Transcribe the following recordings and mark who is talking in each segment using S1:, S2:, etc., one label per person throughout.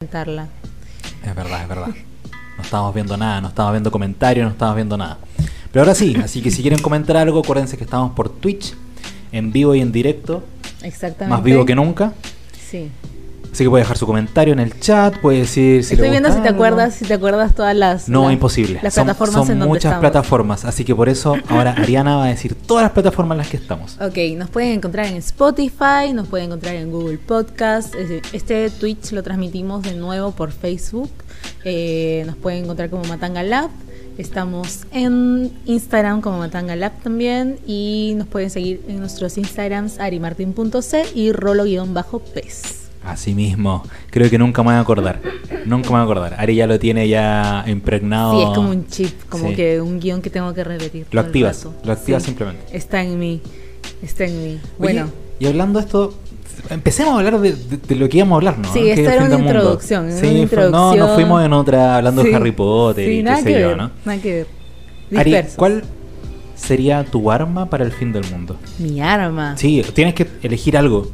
S1: comentarla.
S2: Es verdad, es verdad. No estábamos viendo nada, no estábamos viendo comentarios, no estábamos viendo nada. Pero ahora sí, así que si quieren comentar algo, acuérdense que estamos por Twitch, en vivo y en directo,
S1: Exactamente.
S2: más vivo que nunca.
S1: Sí.
S2: Así que puede dejar su comentario en el chat, puede decir si le
S1: Estoy viendo
S2: gusta
S1: si te
S2: algo.
S1: acuerdas, si te acuerdas todas las
S2: No,
S1: las-
S2: imposible.
S1: Las
S2: Son-
S1: plataformas
S2: son,
S1: en donde
S2: muchas
S1: estamos.
S2: plataformas, así que por eso ahora Ariana va a decir todas las plataformas en las que estamos.
S1: Ok, nos pueden encontrar en Spotify, nos pueden encontrar en Google Podcast. es- Este Twitch lo transmitimos de nuevo por Facebook. eh, nos pueden encontrar como Matanga Lab. Estamos en Instagram como Matanga Lab también. Y nos pueden seguir en nuestros Instagrams arimartin.c y rolo-pez.
S2: Así mismo, creo que nunca me voy a acordar. Nunca me voy a acordar. Ari ya lo tiene ya impregnado.
S1: Sí, es como un chip, como
S2: Sí.
S1: que un guión que tengo que repetir. todo
S2: Lo
S1: el
S2: activas,
S1: rato.
S2: lo activas
S1: Sí.
S2: simplemente.
S1: Está en mí, está en mí.
S2: Oye,
S1: Bueno.
S2: Y hablando de esto, empecemos a hablar de, de- de lo que íbamos a hablar, ¿no?
S1: Sí,
S2: Que
S1: esta
S2: el
S1: era
S2: fin
S1: una
S2: del mundo.
S1: introducción, era
S2: Sí,
S1: una
S2: fue- No, nos
S1: introducción.
S2: fuimos en otra hablando
S1: Sí.
S2: de Harry Potter
S1: Sí,
S2: y
S1: nada
S2: qué
S1: que
S2: sé yo,
S1: ver,
S2: ¿no?
S1: Nada que ver.
S2: Ari,
S1: Dispersos.
S2: ¿cuál sería tu arma para el fin del mundo?
S1: Mi arma.
S2: Sí, tienes que elegir algo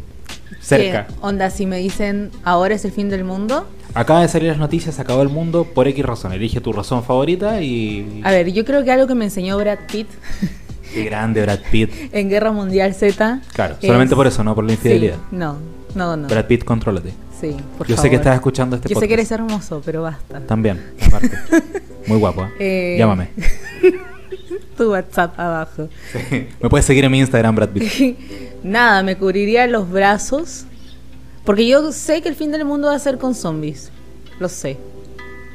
S2: cerca.
S1: ¿Qué onda, si me dicen ahora es el fin del mundo.
S2: Acaba de salir las noticias, acabó el mundo por X razón. Elige tu razón favorita y.
S1: A ver, yo creo que algo que me enseñó Brad Pitt
S2: Qué grande Brad Pitt.
S1: en Guerra Mundial Z.
S2: Claro, solamente por eso, no por la
S1: Sí,
S2: infidelidad.
S1: no, no, no.
S2: Brad Pitt, contrólate.
S1: Sí, por
S2: Yo
S1: favor.
S2: sé que estás escuchando este
S1: Yo sé
S2: podcast.
S1: que eres hermoso, pero basta.
S2: También, aparte. Muy guapo, ¿eh?
S1: Eh,
S2: Llámame.
S1: Tu WhatsApp abajo.
S2: Me puedes seguir en mi Instagram, Brad Pitt.
S1: Nada, me cubriría los brazos. Porque yo sé que el fin del mundo va a ser con zombies. Lo sé.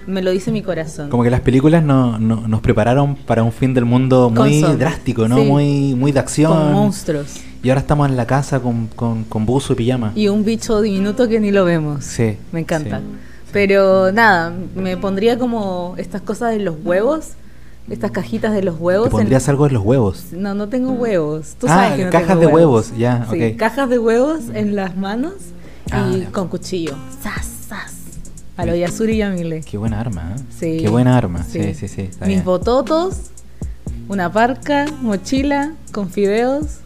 S1: Me lo dice mi corazón.
S2: Como que las películas no- no- nos prepararon para un fin del mundo
S1: Con
S2: muy
S1: zombies,
S2: drástico, ¿no?
S1: sí.
S2: Muy, muy de
S1: con
S2: acción.
S1: monstruos.
S2: Y ahora estamos en la casa con, con, con buzo y pijama.
S1: Y un bicho diminuto que ni lo vemos.
S2: Sí,
S1: Me encanta.
S2: sí,
S1: Pero nada, me pondría como estas cosas de los huevos, estas cajitas de los
S2: Te
S1: huevos. en-
S2: pondrías algo en los huevos.
S1: No, no tengo huevos. Tú
S2: Ah,
S1: sabes que no
S2: cajas
S1: tengo
S2: de huevos, ya,
S1: Sí,
S2: ok.
S1: Cajas de huevos en las manos
S2: Ah,
S1: y
S2: ya.
S1: con cuchillo. ¡Sas, sas! A lo Yasuri y a Mile.
S2: Qué buena arma, ¿eh?
S1: Sí.
S2: Qué buena arma. Sí, sí, sí. está
S1: Mis
S2: bien.
S1: bototos, una parca, mochila, con fideos.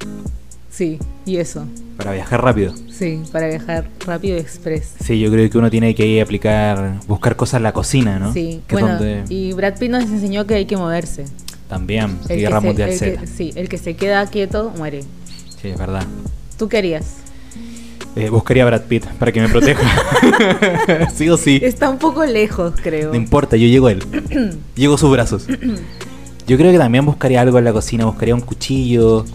S1: Sí, y eso.
S2: Para viajar rápido.
S1: Sí, para viajar rápido y express.
S2: Sí, yo creo que uno tiene que aplicar, buscar cosas en la cocina, ¿no?
S1: Sí,
S2: Que es
S1: bueno,
S2: donde-
S1: y Brad Pitt nos enseñó que hay que moverse.
S2: También,
S1: El
S2: Guerra
S1: que se-
S2: Mundial
S1: el
S2: Z.
S1: que- sí, el que se queda quieto muere.
S2: Sí, es verdad.
S1: ¿Tú querías?
S2: Eh, buscaría a Brad Pitt para que me proteja. sí o sí.
S1: Está un poco lejos, creo.
S2: No importa, yo llego a él. llego a sus brazos. Yo creo que también buscaría algo en la cocina, buscaría un cuchillo.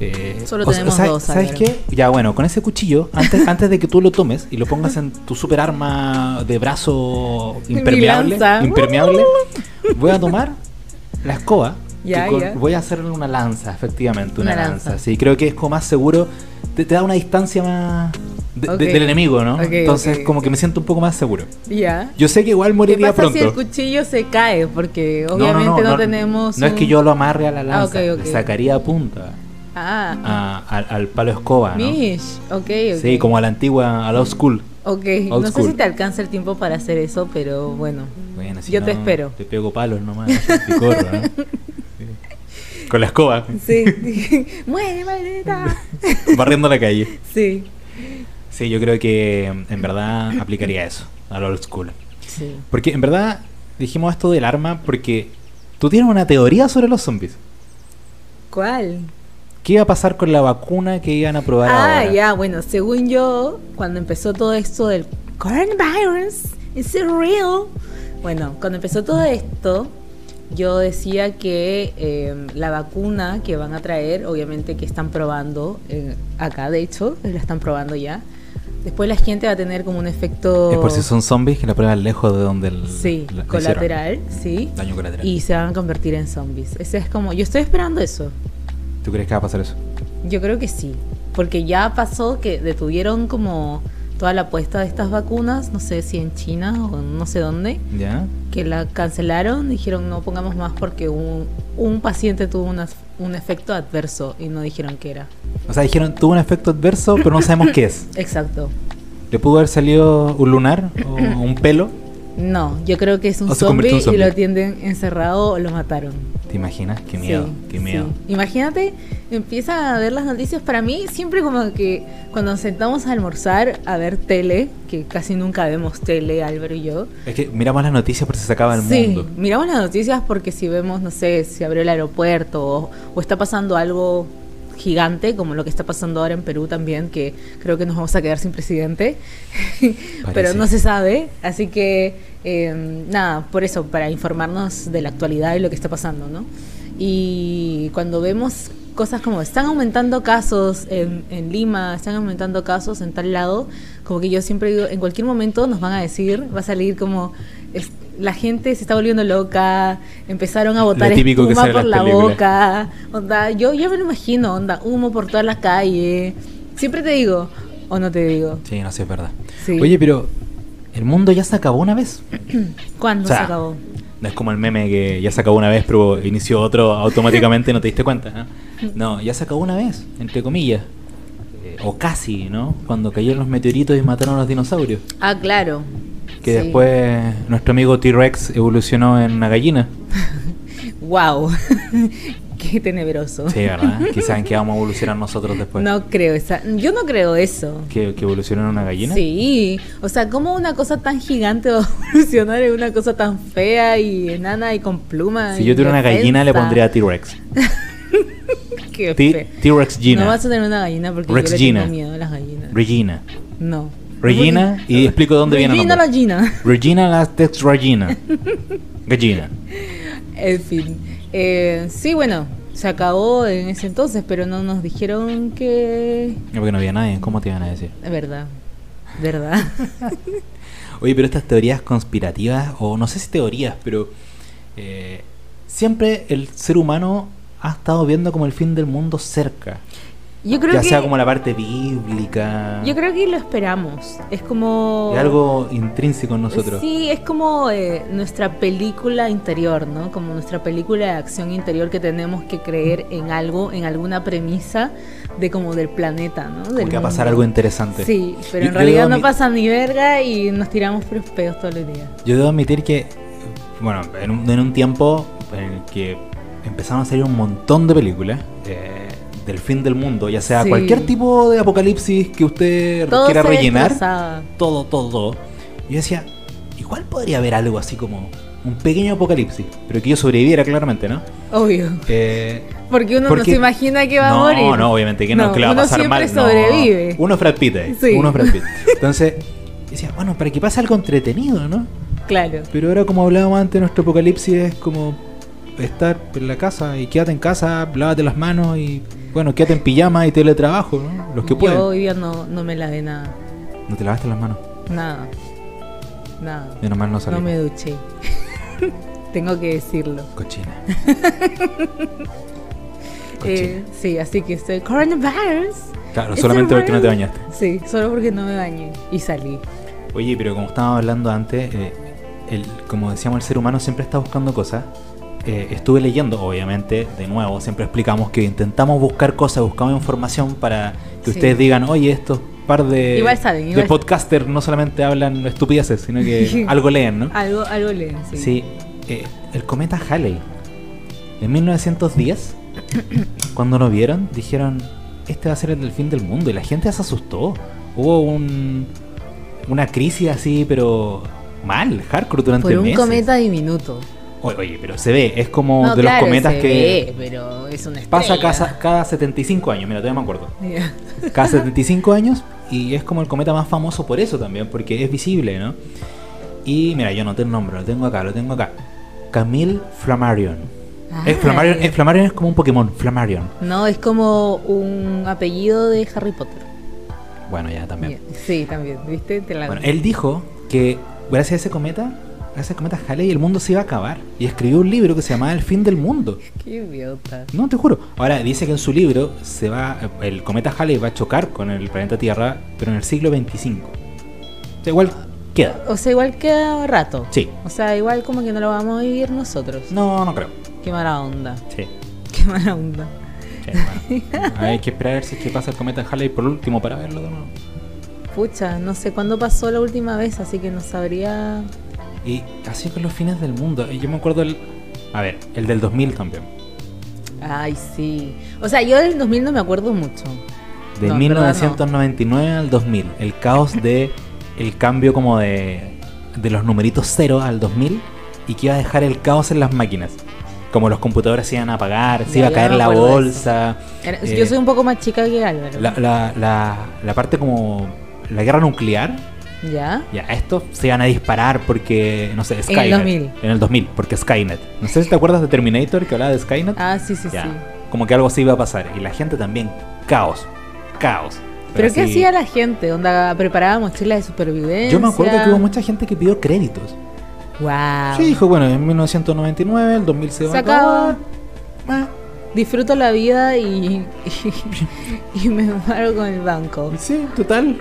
S2: eh,
S1: Solo
S2: o- o
S1: tenemos
S2: ¿sabes-
S1: dos,
S2: ¿Sabes
S1: Álvaro.
S2: qué? Ya, bueno, con ese cuchillo, antes, antes de que tú lo tomes y lo pongas en tu super arma de brazo
S1: Mi
S2: impermeable,
S1: lanza.
S2: impermeable voy a tomar la escoba.
S1: Ya,
S2: que con-
S1: ya.
S2: Voy a hacerle una lanza, efectivamente, una,
S1: Una
S2: lanza.
S1: lanza.
S2: Sí, creo que es como más seguro, te, te da una distancia más de- de-
S1: Ok.
S2: del enemigo, ¿no?
S1: Ok,
S2: Entonces,
S1: ok.
S2: como que me siento un poco más seguro.
S1: Ya.
S2: Yo sé que igual
S1: ¿Qué
S2: moriría
S1: pasa
S2: pronto.
S1: si el cuchillo se cae? Porque
S2: No, no,
S1: obviamente no,
S2: no,
S1: tenemos.
S2: No es
S1: un-
S2: que yo lo amarre a la lanza,
S1: ok, ok.
S2: le sacaría punta
S1: Ah,
S2: a- al- al palo escoba, Ah, ¿no?
S1: Mish. Ok, ok.
S2: Sí, como a la antigua, a la old school.
S1: Ok,
S2: old
S1: no sé
S2: school.
S1: si te alcanza el tiempo para hacer eso, pero bueno.
S2: Bueno, si
S1: Yo te
S2: no,
S1: espero.
S2: Te pego palos nomás y corro, ¿no? Sí. Con la escoba,
S1: Sí. ¡Muere, maldita!
S2: barriendo la calle.
S1: Sí.
S2: Sí, yo creo que mm, en verdad aplicaría eso, a la old school.
S1: Sí.
S2: Porque en verdad dijimos esto del arma porque tú tienes una teoría sobre los zombies.
S1: ¿Cuál?
S2: ¿Qué iba a pasar con la vacuna que iban a probar
S1: Ah,
S2: ahora?
S1: ya, bueno, según yo, cuando empezó todo esto del coronavirus, is it real? Bueno, cuando empezó todo esto, yo decía que eh, la vacuna que van a traer, obviamente que están probando eh, acá, de hecho, la están probando ya. Después la gente va a tener como un efecto
S2: Es por si son zombies que la prueban lejos de donde el
S1: sí,
S2: la- la
S1: colateral, sí,
S2: hicieron. Daño colateral.
S1: y se van a convertir en zombies. Ese es como, yo estoy esperando eso.
S2: ¿Tú crees que va a pasar eso?
S1: Yo creo que sí, porque ya pasó que detuvieron como toda la apuesta de estas vacunas, no sé si en China o no sé dónde,
S2: ¿Ya?
S1: que la cancelaron, dijeron no pongamos más porque un, un paciente tuvo una- un efecto adverso y no dijeron qué era.
S2: O sea, dijeron, tuvo un efecto adverso, pero no sabemos qué es.
S1: Exacto.
S2: ¿Le pudo haber salido un lunar o un pelo?
S1: No, yo creo que es un
S2: O se convirtió
S1: zombie
S2: en
S1: y
S2: zombie.
S1: lo tienen encerrado o lo mataron.
S2: ¿Te imaginas? Qué miedo,
S1: Sí,
S2: qué miedo.
S1: sí. Imagínate, empieza a ver las noticias. Para mí, siempre como que cuando nos sentamos a almorzar, a ver tele, que casi nunca vemos tele, Álvaro y yo.
S2: Es que miramos las noticias porque se acaba el
S1: Sí,
S2: mundo.
S1: miramos las noticias porque si vemos, no sé, si abrió el aeropuerto o, o está pasando algo gigante, como lo que está pasando ahora en Perú también, que creo que nos vamos a quedar sin presidente, pero
S2: Parece.
S1: no se sabe. Así que, eh, nada, por eso, para informarnos de la actualidad y lo que está pasando, ¿no? Y cuando vemos cosas como están aumentando casos en, en Lima, están aumentando casos en tal lado, como que yo siempre digo, en cualquier momento nos van a decir, va a salir como es- la gente se está volviendo loca, empezaron a botar
S2: típico que
S1: espuma
S2: sale en
S1: por
S2: las
S1: la
S2: películas.
S1: boca, onda, yo ya me lo imagino, onda, humo por toda la calle. Siempre te digo, o no te digo,
S2: Sí, no sé, es verdad.
S1: Sí.
S2: Oye, pero el mundo ya se acabó una vez.
S1: ¿cuándo
S2: O sea,
S1: se acabó?
S2: No es como el meme que ya se acabó una vez, pero inició otro automáticamente y no te diste cuenta. ¿no? No, ya se acabó una vez, entre comillas. Eh, O casi, ¿no? Cuando cayeron los meteoritos y mataron a los dinosaurios.
S1: Ah, claro.
S2: Que después nuestro amigo T-Rex evolucionó en una gallina.
S1: Wow, qué tenebroso.
S2: Sí, ¿verdad? Quizás en qué vamos a evolucionar nosotros después.
S1: No creo esa, yo no creo eso.
S2: ¿Que, que evolucionó en una gallina?
S1: Sí, o sea, ¿cómo una cosa tan gigante va a evolucionar en una cosa tan fea y enana y con plumas?
S2: Si yo tuviera una gallina, le pondría
S1: a
S2: T-Rex.
S1: Qué
S2: T-
S1: feo.
S2: T-Rex Gina.
S1: No vas a tener una gallina porque
S2: Rex
S1: yo le
S2: Gina.
S1: tengo miedo a las gallinas.
S2: Regina.
S1: no.
S2: Regina, y explico dónde viene el
S1: Regina
S2: nombre.
S1: Regina.
S2: Regina las Tex Regina. Gallina.
S1: En fin. Eh, sí, bueno, se acabó en ese entonces, pero no nos dijeron que...
S2: No, porque no había nadie, ¿cómo te iban a decir?
S1: Es verdad, verdad.
S2: Oye, pero estas teorías conspirativas, o no sé si teorías, pero eh, siempre el ser humano ha estado viendo como el fin del mundo cerca.
S1: Yo creo
S2: ya
S1: que...
S2: sea como la parte bíblica.
S1: Yo creo que lo esperamos. Es como...
S2: Es algo intrínseco en nosotros.
S1: Sí, es como eh, nuestra película interior, ¿no? Como nuestra película de acción interior que tenemos que creer en algo, en alguna premisa de como del planeta, ¿no? Del
S2: Porque va a pasar algo
S1: mundo.
S2: interesante.
S1: Sí, pero
S2: Yo-
S1: en
S2: yo
S1: realidad
S2: debo
S1: no
S2: admi-
S1: pasa ni verga y nos tiramos puros pedos todos los días.
S2: Yo debo admitir que, bueno, en un, en un tiempo en el que empezaron a salir un montón de películas eh, del fin del mundo, ya sea
S1: Sí.
S2: cualquier tipo de apocalipsis que usted
S1: Todo
S2: quiera
S1: se
S2: rellenar,
S1: destrozaba.
S2: todo, todo, todo. Yo decía, igual podría haber algo así como un pequeño apocalipsis, pero que yo sobreviviera claramente, ¿no?
S1: Obvio.
S2: Eh,
S1: Porque uno
S2: Porque-
S1: no se imagina que va
S2: no,
S1: a morir.
S2: No, obviamente que no, que le va a
S1: uno
S2: pasar
S1: siempre
S2: mal. no.
S1: sobrevive.
S2: Uno es Brad Pitt ahí,
S1: Sí.
S2: uno es Brad Pitt. Entonces, decía, bueno, para que pase algo entretenido, ¿no?
S1: Claro.
S2: Pero ahora, como hablábamos antes, nuestro apocalipsis es como estar en la casa y quédate en casa, lávate las manos y, bueno, quédate en pijama y teletrabajo, ¿no? Los que pueden.
S1: Yo hoy día no, no me lavé nada.
S2: No te lavaste las manos,
S1: Nada. Nada.
S2: menos mal no salió.
S1: No me duché. Tengo que decirlo.
S2: Cochina.
S1: Eh, sí, así que estoy coronavirus.
S2: Claro,
S1: It's
S2: solamente porque no te
S1: around.
S2: bañaste.
S1: Sí, solo porque no me bañé y salí.
S2: Oye, pero como estábamos hablando antes, eh, el, como decíamos, el ser humano siempre está buscando cosas. Eh, estuve leyendo, obviamente, de nuevo, siempre explicamos que intentamos buscar cosas, buscamos información para que
S1: Sí.
S2: ustedes digan, oye, estos par de,
S1: Igual saben,
S2: de
S1: igual-
S2: podcasters no solamente hablan estupideces, sino que algo leen, ¿no?
S1: Algo, algo leen, sí.
S2: Sí, eh, el cometa Halley. En 1910, cuando lo vieron, dijeron, este va a ser el del fin del mundo. Y la gente se asustó. Hubo un, una crisis así, pero mal, hardcore durante
S1: Por un
S2: meses.
S1: cometa diminuto.
S2: Oye, oye, pero se ve, es como
S1: No,
S2: de
S1: claro,
S2: los cometas
S1: se
S2: que
S1: ve, pero es una estrella.
S2: pasa cada, cada 75 años. Mira, todavía me acuerdo. cada 75 años y es como el cometa más famoso por eso también, porque es visible, ¿no? Y mira, yo noté el nombre, lo tengo acá, lo tengo acá. Camille Flammarion.
S1: Ay.
S2: Es Flammarion, es, Flammarion es como un Pokémon, Flammarion.
S1: No, es como un apellido de Harry Potter.
S2: Bueno, ya también.
S1: Sí, también, ¿viste? Te la-
S2: Bueno, él dijo que gracias a ese cometa, gracias al cometa Halley, el mundo se iba a acabar. Y escribió un libro que se llamaba El fin del mundo.
S1: Qué idiota.
S2: No, te juro. Ahora dice que en su libro se va, el cometa Halley va a chocar con el planeta Tierra, pero en el siglo 25. O sea, igual queda.
S1: O sea, igual queda rato.
S2: Sí.
S1: O sea, igual como que no lo vamos a vivir nosotros.
S2: No, no creo.
S1: Qué mala onda.
S2: Sí.
S1: Qué mala onda.
S2: sí, bueno. Hay que esperar a ver si es que pasa el cometa Halley por último para verlo de nuevo.
S1: Pucha, no sé cuándo pasó la última vez, así que no sabría.
S2: Y así con los fines del mundo. Y Yo me acuerdo el- A ver, el del 2000 también.
S1: Ay, sí. O sea, yo del 2000 no me acuerdo mucho.
S2: De
S1: No, en verdad
S2: 1999 al 2000. El caos de. El cambio como de. De los numeritos 0 al 2000. Y que iba a dejar el caos en las máquinas. Como los computadores se iban a apagar,
S1: Ya,
S2: se iba a
S1: yo
S2: caer
S1: no me
S2: la
S1: acuerdo de
S2: bolsa.
S1: Era-
S2: eh,
S1: yo soy un poco más chica que Álvaro.
S2: la, la- la- la parte como. La guerra nuclear.
S1: ¿Ya?
S2: Ya, estos se iban a disparar porque. No sé, Skynet.
S1: 2000.
S2: En el 2000, porque Skynet. No sé si te acuerdas de Terminator que hablaba de Skynet.
S1: Ah, sí, sí,
S2: Ya.
S1: sí.
S2: Como que algo así iba a pasar. Y la gente también, caos. Caos.
S1: ¿Pero qué
S2: así-
S1: hacía la gente? Onda, preparaba mochilas de supervivencia.
S2: Yo me acuerdo que hubo mucha gente que pidió créditos.
S1: Wow.
S2: Sí, dijo, bueno, en 1999, el 2000 se va
S1: Ah. Se
S2: a acabar. Ah,
S1: Disfruto la vida y, y, y me muero con el banco.
S2: sí, total.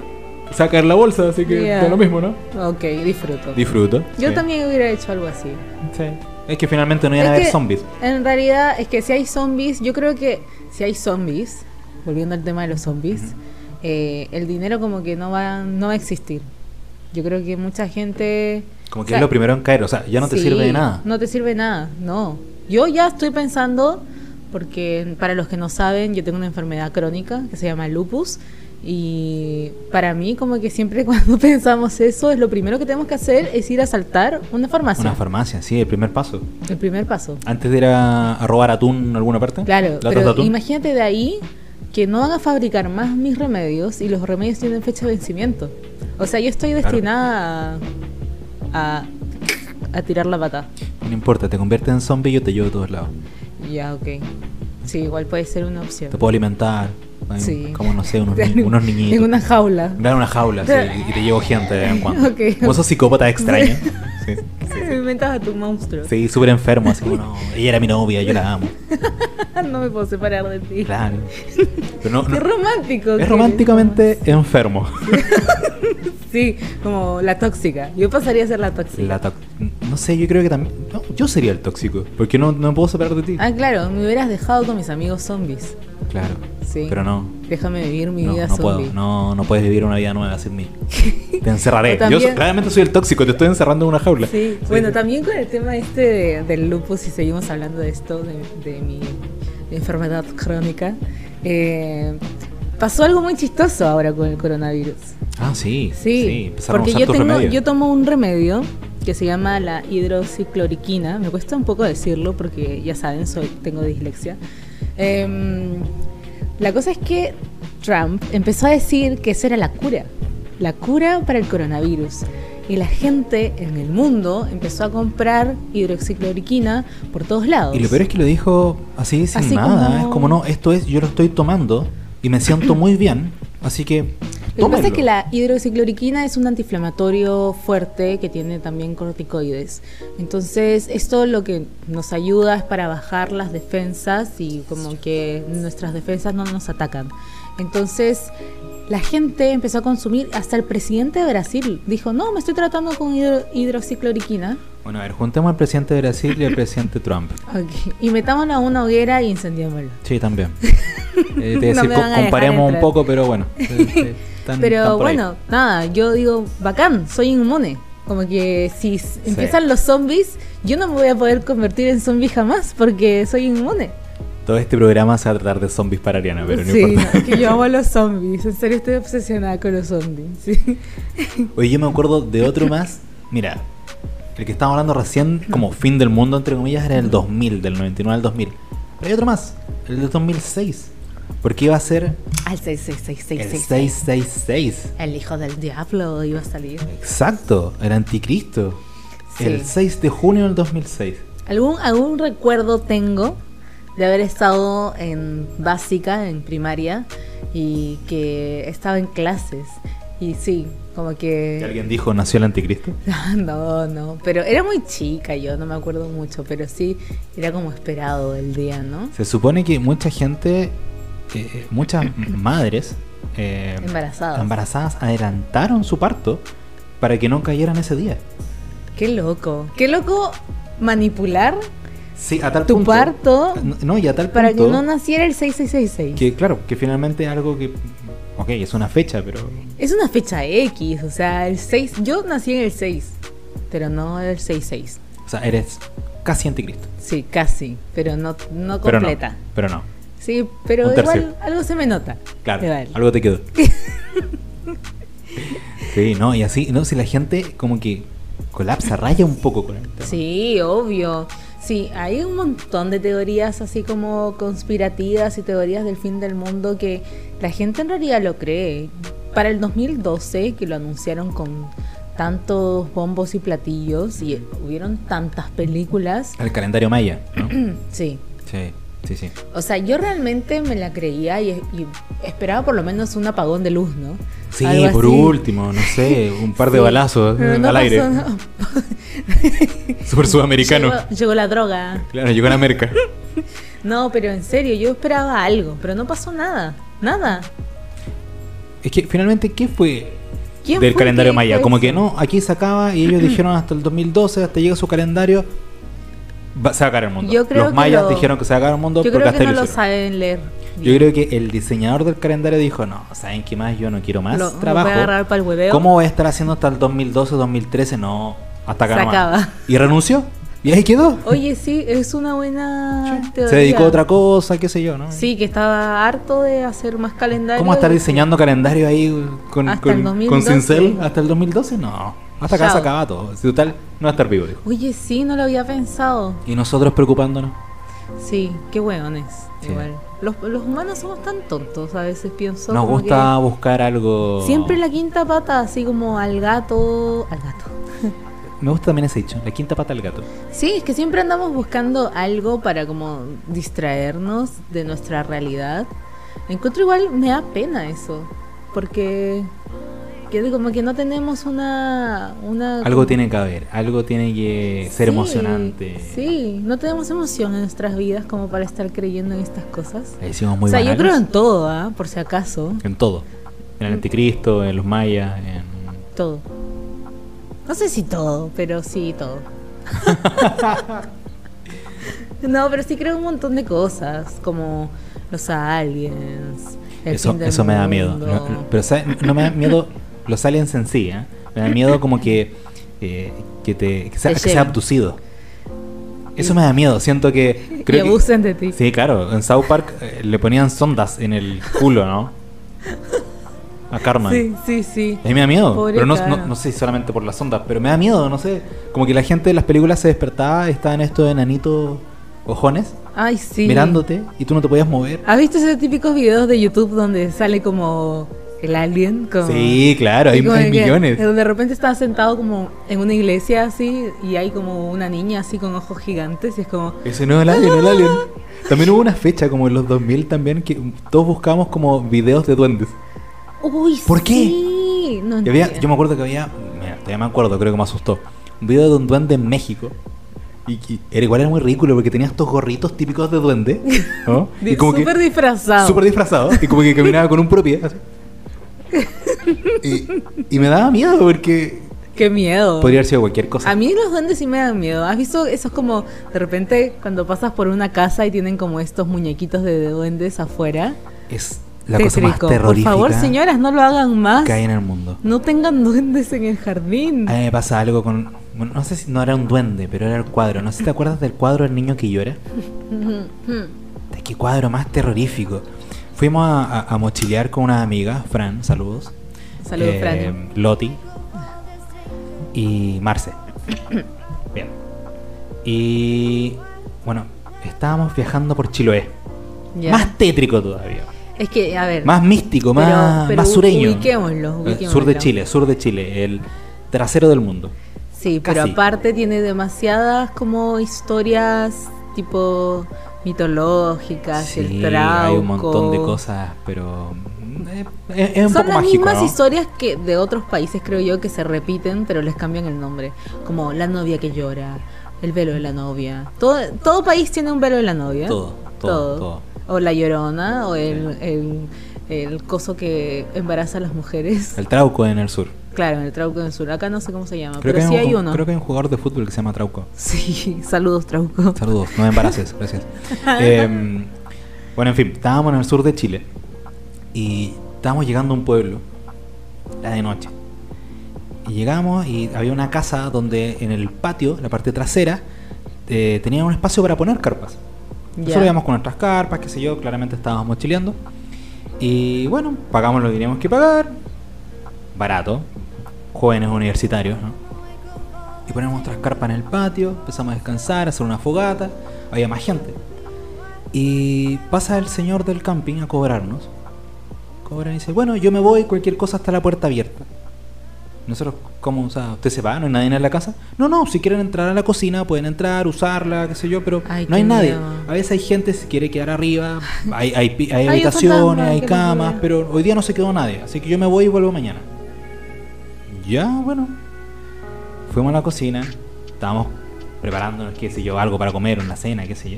S2: Sacar la bolsa, así que
S1: Ya.
S2: da lo mismo, ¿no?
S1: Ok, disfruto.
S2: Disfruto.
S1: Yo
S2: sí.
S1: también hubiera hecho algo así.
S2: Sí. Es que finalmente no iban
S1: Es
S2: a haber
S1: que-
S2: zombies.
S1: En realidad, es que si hay zombies, yo creo que si hay zombies, volviendo al tema de los zombies, eh, el dinero como que no va, no va a existir. Yo creo que mucha gente...
S2: Como
S1: o
S2: que
S1: sea,
S2: es lo primero en caer. O sea, ya no te
S1: Sí,
S2: sirve de nada.
S1: No te sirve de nada, no. Yo ya estoy pensando, porque para los que no saben, yo tengo una enfermedad crónica que se llama lupus. Y para mí, como que siempre cuando pensamos eso, es lo primero que tenemos que hacer es ir a saltar una farmacia.
S2: Una farmacia, sí, el primer paso.
S1: el primer paso.
S2: Antes de ir a, a robar atún en alguna parte.
S1: Claro,
S2: latas de
S1: pero
S2: atún.
S1: imagínate de ahí que no van a fabricar más mis remedios y los remedios tienen fecha de vencimiento. O sea, yo estoy destinada a, a, a tirar la pata.
S2: No importa, te conviertes en zombie y yo te llevo a todos lados.
S1: Ya, ok. Sí, igual puede ser una opción.
S2: Te puedo alimentar. hay
S1: Sí.
S2: Como no sé, unos,
S1: Te dan
S2: ni-
S1: un-
S2: unos niñitos.
S1: En una jaula.
S2: Me dan una jaula sí, y te llevo gente de vez en cuando.
S1: Ok.
S2: Como esos psicópatas extraños. Sí,
S1: Inventas a tu monstruo.
S2: Sí, súper enfermo, así como, no, ella era mi novia, yo la amo.
S1: no me puedo separar de ti.
S2: Claro. Pero no- no-
S1: Qué romántico. que
S2: es
S1: eres,
S2: románticamente enfermo.
S1: Tomás. Sí, como la tóxica. Yo pasaría a ser la tóxica.
S2: La to- no sé, yo creo que también. no, yo sería el tóxico, porque no, no me puedo separar de ti.
S1: Ah, claro, me hubieras dejado con mis amigos zombies.
S2: Claro.
S1: Sí.
S2: Pero no.
S1: Déjame vivir mi
S2: no,
S1: vida
S2: no
S1: zombie.
S2: puedo, no, no puedes vivir una vida nueva sin mí. Te encerraré.
S1: O también-
S2: Yo so- claramente soy el tóxico, te estoy encerrando en una jaula.
S1: Sí, bueno, también con el tema este de- del lupus, si seguimos hablando de esto, de, de mi enfermedad crónica, eh, pasó algo muy chistoso ahora con el coronavirus.
S2: Ah, sí.
S1: Sí,
S2: empezaron a
S1: porque
S2: usar
S1: yo,
S2: tus
S1: tengo,
S2: remedios.
S1: yo tomo un remedio que se llama la hidroxicloroquina. Me cuesta un poco decirlo porque ya saben, soy, tengo dislexia. Em, la cosa es que Trump empezó a decir que esa era la cura, la cura para el coronavirus. Y la gente en el mundo empezó a comprar hidroxicloroquina por todos lados.
S2: Y lo peor es que lo dijo así sin
S1: Así
S2: nada.
S1: como-
S2: Es como no, esto es, yo lo estoy tomando y me siento muy bien. Así que.
S1: Lo que pasa
S2: tómenlo.
S1: es que la hidroxicloroquina es un antiinflamatorio fuerte que tiene también corticoides. Entonces, esto lo que nos ayuda es para bajar las defensas y como que nuestras defensas no nos atacan. Entonces, la gente empezó a consumir, hasta el presidente de Brasil dijo, no, me estoy tratando con hidro- hidroxicloroquina.
S2: Bueno, a ver, juntemos al presidente de Brasil y al presidente Trump.
S1: Ok, Y metámoslo a una hoguera y incendiémoslo.
S2: Sí, también. Eh, te iba a
S1: No
S2: decir,
S1: me
S2: co-
S1: van a dejar
S2: comparemos un
S1: entrar.
S2: poco, pero bueno. eh, eh, están-
S1: Pero
S2: están por ahí.
S1: bueno, nada, yo digo, bacán, soy inmune. Como que si s- empiezan los zombies, yo no me voy a poder convertir en zombie jamás porque soy inmune.
S2: Todo este programa se va a tratar de zombies para Ariana, pero no
S1: sí,
S2: importa.
S1: no, que yo amo a los zombies. En serio estoy obsesionada con los zombies. sí.
S2: Oye, yo me acuerdo de otro más. Mira, el que estábamos hablando recién, como fin del mundo, entre comillas, era el 2000, del 99 al 2000. Pero hay otro más, el del 2006. Porque iba a ser
S1: Al 6666.
S2: el 666.
S1: El hijo del diablo iba a salir.
S2: Exacto, el anticristo.
S1: Sí.
S2: El 6 de junio del 2006.
S1: ¿Algún, algún recuerdo tengo de haber estado en básica, en primaria, y que estaba en clases. Y sí, como que...
S2: Y alguien dijo, nació el anticristo.
S1: No, no, pero era muy chica yo, no me acuerdo mucho, pero sí era como esperado el día, ¿no?
S2: Se supone que mucha gente, eh, muchas madres eh,
S1: Embarazadas.
S2: embarazadas adelantaron su parto para que no cayeran ese día.
S1: Qué loco, qué loco manipular
S2: Sí, a tal
S1: Tu
S2: punto.
S1: parto
S2: No, No, y a tal
S1: para que
S2: punto.
S1: no naciera el 6666.
S2: que claro, que finalmente es algo que. Ok, es una fecha, pero.
S1: Es una fecha X, o sea, el 6, yo nací en el 6, pero no el 66.
S2: O sea, eres casi anticristo.
S1: Sí, casi, pero no, no
S2: Pero no,
S1: completa.
S2: pero no.
S1: Sí, pero
S2: Un tercio.
S1: igual algo se me nota.
S2: Claro,
S1: Igual.
S2: algo te quedó. sí, no, y así, no, si la gente como que colapsa, raya un poco con el tema.
S1: Sí, obvio. Sí, hay un montón de teorías así como conspirativas y teorías del fin del mundo que la gente en realidad lo cree. Para el 2012, que lo anunciaron con tantos bombos y platillos y hubieron tantas películas, Mm,
S2: El calendario maya, ¿no?
S1: sí.
S2: sí, sí, sí.
S1: O sea, yo realmente me la creía y, y esperaba por lo menos un apagón de luz, ¿no?
S2: Sí,
S1: Algo
S2: por
S1: así.
S2: último, no sé, un par de
S1: Sí.
S2: balazos
S1: Pero
S2: eh,
S1: no
S2: al
S1: pasó
S2: aire.
S1: nada.
S2: Super sudamericano.
S1: Llegó- llegó la droga.
S2: Claro, llegó la merca.
S1: No, pero en serio, yo esperaba algo, pero no pasó nada. Nada.
S2: Es que finalmente, ¿qué fue
S1: ¿Quién
S2: del
S1: fue
S2: calendario
S1: que
S2: maya?
S1: fue
S2: Como
S1: eso?
S2: que no, aquí se acaba y ellos dijeron hasta el 2012, hasta llega su calendario, va- se va a acabar el mundo.
S1: Yo creo
S2: Los
S1: que
S2: mayas
S1: lo-
S2: dijeron que se va a acabar el mundo
S1: Yo
S2: porque
S1: creo
S2: hasta
S1: que
S2: ahí
S1: no
S2: lo
S1: lo
S2: hicieron.
S1: saben leer.
S2: Yo creo que el diseñador del calendario dijo, no, ¿saben qué más? Yo no quiero más
S1: Lo- lo
S2: trabajo.
S1: voy a agarrar pa'l hueveo.
S2: ¿Cómo voy a estar haciendo hasta el 2012, 2013? No, hasta acá
S1: Se
S2: nomás".
S1: acaba.
S2: Y renunció. Y ahí quedó.
S1: Oye, sí, es una buena teoría.
S2: Se dedicó a otra cosa, qué sé yo, ¿no?
S1: Sí, que estaba harto de hacer más calendarios.
S2: ¿Cómo estar diseñando calendario ahí con,
S1: Hasta el
S2: con,
S1: 2012.
S2: con cincel hasta el 2012? No. Hasta acá se
S1: Chao.
S2: acaba todo. Si total, no va a estar vivo, dijo.
S1: Oye, sí, no lo había pensado.
S2: Y nosotros preocupándonos.
S1: Sí, qué hueones.
S2: Sí.
S1: Igual. Los, los humanos somos tan tontos, a veces pienso.
S2: Nos
S1: como
S2: gusta oh. buscar algo.
S1: que Siempre la quinta pata, así como al gato. Al gato.
S2: Me gusta también ese dicho, la quinta pata del gato.
S1: Sí, es que siempre andamos buscando algo para como distraernos de nuestra realidad. Encuentro igual, me da pena eso, porque que como que no tenemos una... una
S2: Algo tiene que haber, algo tiene que ser
S1: Ah, Sí,
S2: emocionante.
S1: Sí, no tenemos emoción en nuestras vidas como para estar creyendo en estas cosas.
S2: Le decimos muy
S1: o sea, yo creo en
S2: banales.
S1: todo, ¿ah? por si acaso,
S2: En todo. En el anticristo, en los mayas, en...
S1: todo. No sé si todo, pero sí todo. No, pero sí creo un montón de cosas, como los aliens. el
S2: Eso,
S1: fin del
S2: eso me da miedo.
S1: mundo.
S2: No, pero ¿sabe? no me da miedo los aliens en sí, ¿eh? Me da miedo como que, eh, que, te, que sea,
S1: Te
S2: que sea
S1: lleven.
S2: abducido. Eso me da miedo, siento que... creo
S1: y
S2: que-
S1: abusen de ti.
S2: Sí, claro, en South Park eh, le ponían sondas en el culo, ¿no? A Carmen.
S1: sí, sí, sí.
S2: A mí me da miedo,
S1: Pobre
S2: pero no,
S1: cara.
S2: no- no sé si solamente por las ondas, pero me da miedo, no sé. Como que la gente de las películas se despertaba, estaban estos enanitos ojones
S1: Ay, sí.
S2: mirándote y tú no te podías mover.
S1: ¿Has visto esos típicos videos de YouTube donde sale como el alien? Como...
S2: Sí, claro,
S1: y
S2: hay,
S1: como
S2: hay
S1: que
S2: millones.
S1: De repente está sentado como en una iglesia así y hay como una niña así con ojos gigantes y es como...
S2: Ese no es el alien, el alien. También hubo una fecha como en los 2000 también que todos buscábamos como videos de duendes.
S1: Uy,
S2: ¿Por qué?
S1: sí". No
S2: Y había-
S1: entiendo.
S2: yo me acuerdo que había, mira, todavía me acuerdo, creo que me asustó, un video de un duende en México. Y que era igual era muy ridículo porque tenía estos gorritos típicos de duende, ¿no?
S1: Di-
S2: Y como que-
S1: Súper disfrazado.
S2: Súper disfrazado. Y como que caminaba con un pro pie. así. Y, y me daba miedo porque
S1: Qué miedo.
S2: podría haber sido cualquier cosa.
S1: A mí los duendes sí me dan miedo. ¿Has visto? Eso es como de repente cuando pasas por una casa y tienen como estos muñequitos de duendes afuera.
S2: es la cosa más
S1: Tétrico.
S2: terrorífica
S1: Por favor, señoras, no lo hagan más.
S2: que hay en el mundo.
S1: No tengan duendes en el jardín.
S2: A mí me pasa algo con. bueno, no sé si no era un duende, pero era el cuadro. No sé si te acuerdas del cuadro El niño que llora. De qué cuadro más terrorífico. Fuimos a, a- a mochilear con una amiga, Fran, saludos.
S1: Saludos,
S2: Eh,
S1: Fran.
S2: Loti. Y Marce. Bien. Y bueno, estábamos viajando por Chiloé.
S1: Ya.
S2: Más tétrico todavía.
S1: Es que, a ver.
S2: Más místico,
S1: Pero-
S2: más,
S1: pero
S2: más sureño.
S1: ubiquémoslo,
S2: Eh, Sur de
S1: ubiquémoslo.
S2: Chile, sur de Chile, el trasero del mundo.
S1: Sí, pero
S2: Casi.
S1: aparte tiene demasiadas como historias tipo mitológicas, el
S2: Sí,
S1: trauco.
S2: hay un montón de cosas, pero mm, eh, es, es un
S1: Son
S2: poco
S1: las
S2: mágico.
S1: mismas
S2: ¿no?
S1: historias que de otros países, creo yo, que se repiten, pero les cambian el nombre. Como la novia que llora, el velo de la novia. Todo, todo país tiene un velo de la novia.
S2: Todo, todo,
S1: O la llorona, o el, el, el coso que embaraza a las mujeres.
S2: El Trauco en el sur.
S1: Claro, el trauco del sur. Acá no sé cómo se llama,
S2: Creo que,
S1: pero sí
S2: hay un,
S1: hay uno.
S2: creo que hay un jugador de fútbol que se llama Trauco.
S1: Sí, saludos, trauco.
S2: Saludos, no me embaraces, gracias. Em, bueno, en fin, estábamos en el sur de Chile y estábamos llegando a un pueblo, era de noche. Y llegamos y había una casa donde en el patio, la parte trasera, eh, tenían un espacio para poner carpas.
S1: Ya.
S2: Nosotros íbamos con nuestras carpas, qué sé yo, claramente estábamos mochileando. Y bueno, pagamos lo que teníamos que pagar. Barato. Jóvenes universitarios, ¿no? Y ponemos nuestras carpas en el patio, empezamos a descansar, a hacer una fogata. Había más gente. Y pasa el señor del camping a cobrarnos. Cobran y dice, bueno, yo me voy, cualquier cosa está la puerta abierta. Nosotros, ¿cómo? O sea, ¿usted se va? ¿No hay nadie en la casa? No, no, si quieren entrar a la cocina, pueden entrar, usarla, qué sé yo, pero
S1: Ay,
S2: no hay
S1: qué
S2: nadie.
S1: miedo.
S2: A veces hay gente que se quiere quedar arriba, hay, hay, pi- hay
S1: un fantasma,
S2: habitaciones, hay
S1: qué
S2: camas,
S1: locura.
S2: pero hoy día no se quedó nadie, así que yo me voy y vuelvo mañana. Ya, bueno. Fuimos a la cocina, estábamos preparándonos, qué sé yo, algo para comer, una cena, qué sé yo.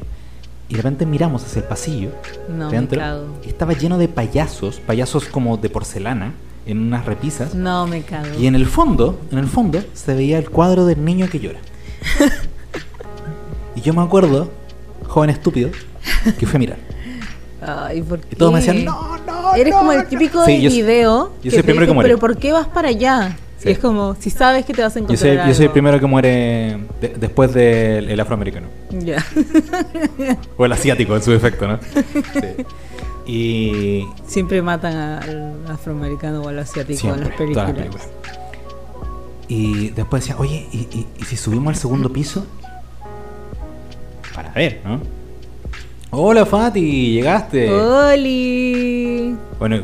S2: Y de repente miramos hacia el pasillo
S1: No, me
S2: dentro,
S1: cago.
S2: y estaba lleno de payasos, payasos como de porcelana, en unas repisas.
S1: No, me cago.
S2: Y en el fondo, en el fondo, se veía el cuadro del niño que llora. y yo me acuerdo, joven estúpido, que fue a mirar.
S1: Ay, ¿por qué?
S2: Y todos me decían, no, no.
S1: Eres
S2: no,
S1: como el
S2: no".
S1: típico
S2: Sí,
S1: del
S2: yo soy-
S1: video.
S2: yo
S1: que
S2: soy
S1: te
S2: el primero que
S1: dicen,
S2: muere.
S1: Pero ¿por qué vas para allá?
S2: Sí.
S1: Y es como, si sabes que te vas a
S2: Yo
S1: encontrar
S2: soy, yo soy el
S1: algo.
S2: primero que muere de- después del el afroamericano.
S1: Ya.
S2: O el asiático, en su defecto, ¿no? Sí. Y,
S1: Siempre matan a- al afroamericano o al asiático en las
S2: Siempre,
S1: películas.
S2: todas las películas. Y después decía, oye, ¿y, y- y si subimos al segundo piso? Para ver, ¿no? Hola Fati, llegaste.
S1: Oh, ¡Oli!
S2: Bueno, es-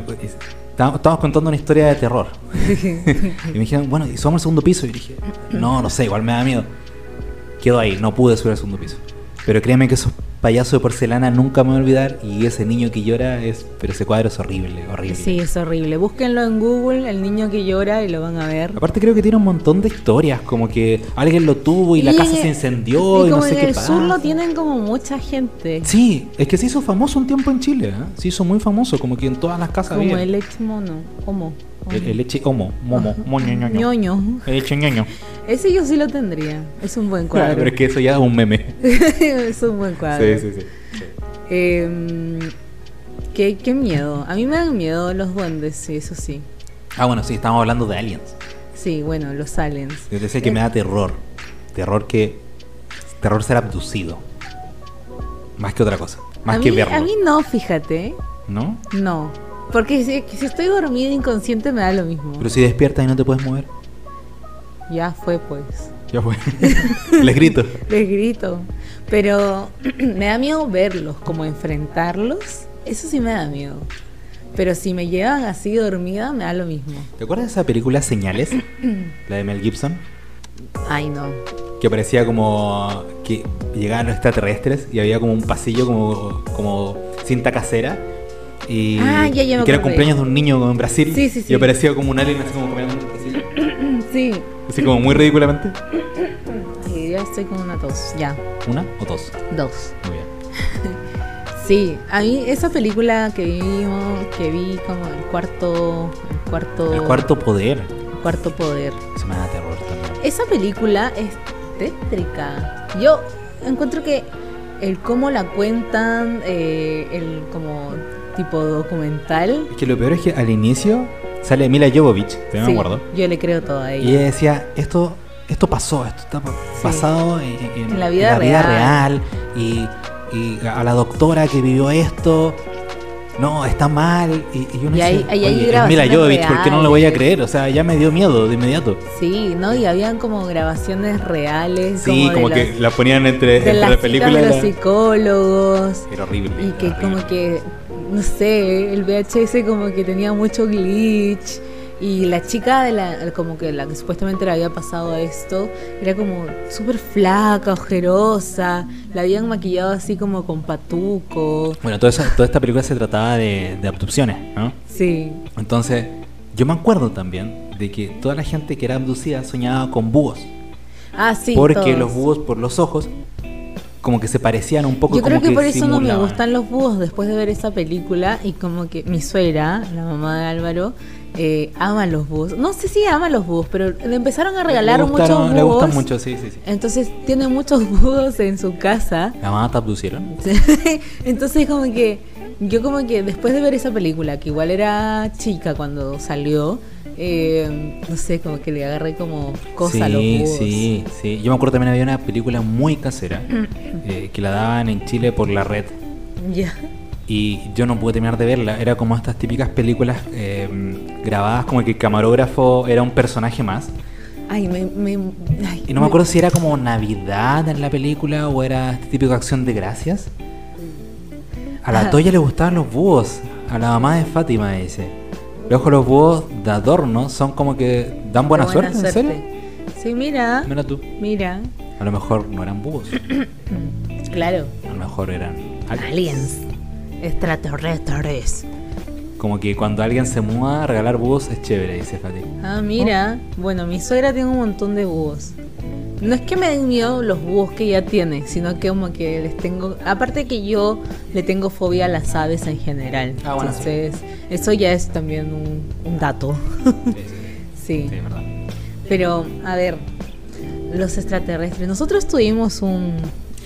S2: está- estábamos contando una historia de terror. y me dijeron, bueno, ¿y subimos al segundo piso? Y dije, no, no sé, igual me da miedo. Quedo ahí, no pude subir al segundo piso. Pero créeme que esos payasos de porcelana nunca me voy a olvidar y ese niño que llora es, pero ese cuadro es horrible, horrible.
S1: Sí, es horrible. Búsquenlo en Google, el niño que llora, y lo van a ver.
S2: Aparte creo que tiene un montón de historias, como que alguien lo tuvo y, la
S1: en
S2: casa se
S1: el-
S2: incendió y,
S1: como
S2: no sé
S1: en
S2: qué
S1: el
S2: pasa.
S1: sur lo tienen como mucha gente.
S2: Sí, es que se hizo famoso un tiempo en Chile, ¿eh? se hizo muy famoso, como que en todas las casas
S1: como
S2: había.
S1: el ex mono. Homo. homo.
S2: El, el eche homo, momo, moño, ñoño.
S1: Ñoño.
S2: El eche ñoño.
S1: Ese yo sí lo tendría. Es un buen
S2: Claro,
S1: cuadro.
S2: pero es que eso ya es un meme.
S1: es un buen cuadro.
S2: Sí, sí, sí.
S1: Eh, qué, qué miedo. A mí me dan miedo los duendes, sí, eso sí.
S2: Ah, bueno, sí, estábamos hablando de aliens.
S1: Sí, bueno, los aliens.
S2: Yo decía que me da terror. Terror que... Terror ser abducido. Más que otra cosa. Más
S1: a,
S2: que
S1: mí,
S2: verlo.
S1: a mí no, fíjate.
S2: ¿No?
S1: No. Porque si, si estoy dormida inconsciente me da lo mismo.
S2: Pero si despiertas y no te puedes mover.
S1: Ya fue pues.
S2: Ya fue. Les grito.
S1: Les grito. Pero me da miedo verlos, como enfrentarlos. Eso sí me da miedo. Pero si me llevan así dormida, me da lo mismo.
S2: ¿Te acuerdas de esa película Señales? La de Mel Gibson.
S1: Ay, no.
S2: Que parecía como que llegaban los extraterrestres y había como un pasillo como, como cinta casera. Y,
S1: Ah, ya, ya
S2: y
S1: me
S2: que era
S1: acordé.
S2: cumpleaños de un niño como en Brasil.
S1: Sí, sí, sí.
S2: Y aparecía como un alien así como comiendo en un pasillo.
S1: Sí.
S2: Así como muy ridículamente.
S1: Ay, ya estoy con una tos. Ya.
S2: ¿Una o dos?
S1: Dos.
S2: Muy bien.
S1: Sí, a mí esa película que vimos, que vi como el cuarto, el cuarto,
S2: El cuarto poder.
S1: cuarto poder.
S2: Eso me da terror también.
S1: Esa película es tétrica. Yo encuentro que el cómo la cuentan, eh, el como tipo documental.
S2: Es que lo peor es que al inicio sale Mila Jovovich, también me
S1: sí,
S2: acuerdo.
S1: Yo le creo todo a
S2: Y
S1: ella.
S2: ella decía, esto, esto pasó, esto está pa- pasado eh, en, en-
S1: En la vida
S2: real, y, y a la doctora que vivió esto, no, está mal. Y, y uno
S1: Y ahí- ahí hay
S2: "Oye, es
S1: grabaciones
S2: Mila Jovovich, ¿por qué no lo voy a
S1: reales".
S2: creer? O sea, ya me dio miedo de inmediato.
S1: Sí, ¿no? Y habían como grabaciones reales.
S2: Sí, como,
S1: de
S2: que
S1: los-
S2: la ponían entre,
S1: de
S2: entre
S1: las
S2: la
S1: citas
S2: película. y
S1: de
S2: la-
S1: los psicólogos.
S2: Era horrible.
S1: Y
S2: era
S1: que como
S2: horrible.
S1: que, no sé, el VHS como que tenía mucho glitch. Y la chica de la, como que la que supuestamente le había pasado esto, era como súper flaca, ojerosa, la habían maquillado así como con patuco.
S2: Bueno, toda, esa- toda esta película se trataba de, de abducciones, ¿no?
S1: Sí,
S2: Entonces, yo me acuerdo también de que toda la gente que era abducida soñaba con búhos.
S1: ah, sí.
S2: porque
S1: todos.
S2: los búhos por los ojos como que se parecían un poco
S1: Yo creo
S2: como
S1: que, por eso no me
S2: simulaban.
S1: gustan los búhos después de ver esa película y como que mi suegra, la mamá de Álvaro, eh, ama los búhos. No sé si ama los búhos, pero le empezaron a regalar
S2: le
S1: muchos
S2: gustaron-
S1: búhos.
S2: le gustan mucho sí sí sí
S1: Entonces tiene muchos búhos en su casa.
S2: la mamá te abducieron
S1: Entonces como que yo como que después de ver esa película, que igual era chica cuando salió, eh, no sé, como que le agarré como cosa a los
S2: sí,
S1: búhos.
S2: sí, sí. Yo me acuerdo también había una película muy casera eh, que la daban en Chile por la red
S1: Ya.
S2: y yo no pude terminar de verla. Era como estas típicas películas eh, grabadas como que el camarógrafo era un personaje más.
S1: Ay, me. me- ay,
S2: Y no me acuerdo si era como Navidad en la película o era este típico acción de gracias. A la
S1: Ajá.
S2: Toya le gustaban los búhos, a la mamá de Fátima dice. Luego los búhos de adorno son como que dan buena, suerte, ¿Ah? ¿en serio?
S1: Sí, mira.
S2: Mira tú.
S1: Mira.
S2: A lo mejor no eran búhos,
S1: Claro.
S2: a lo mejor eran aliens.
S1: Aliens. Extraterrestres.
S2: Como que cuando alguien se muda, regalar búhos es chévere, dice Fati.
S1: Ah, mira. Bueno, mi suegra tiene un montón de búhos. No es que me den miedo los búhos que ella tiene, sino que como que les tengo... Aparte que yo le tengo fobia a las aves en general.
S2: Ah, bueno, sí.
S1: Entonces, eso ya es también un, un dato.
S2: Sí, sí,
S1: sí.
S2: sí, es verdad.
S1: Pero, a ver, los extraterrestres. Nosotros tuvimos un,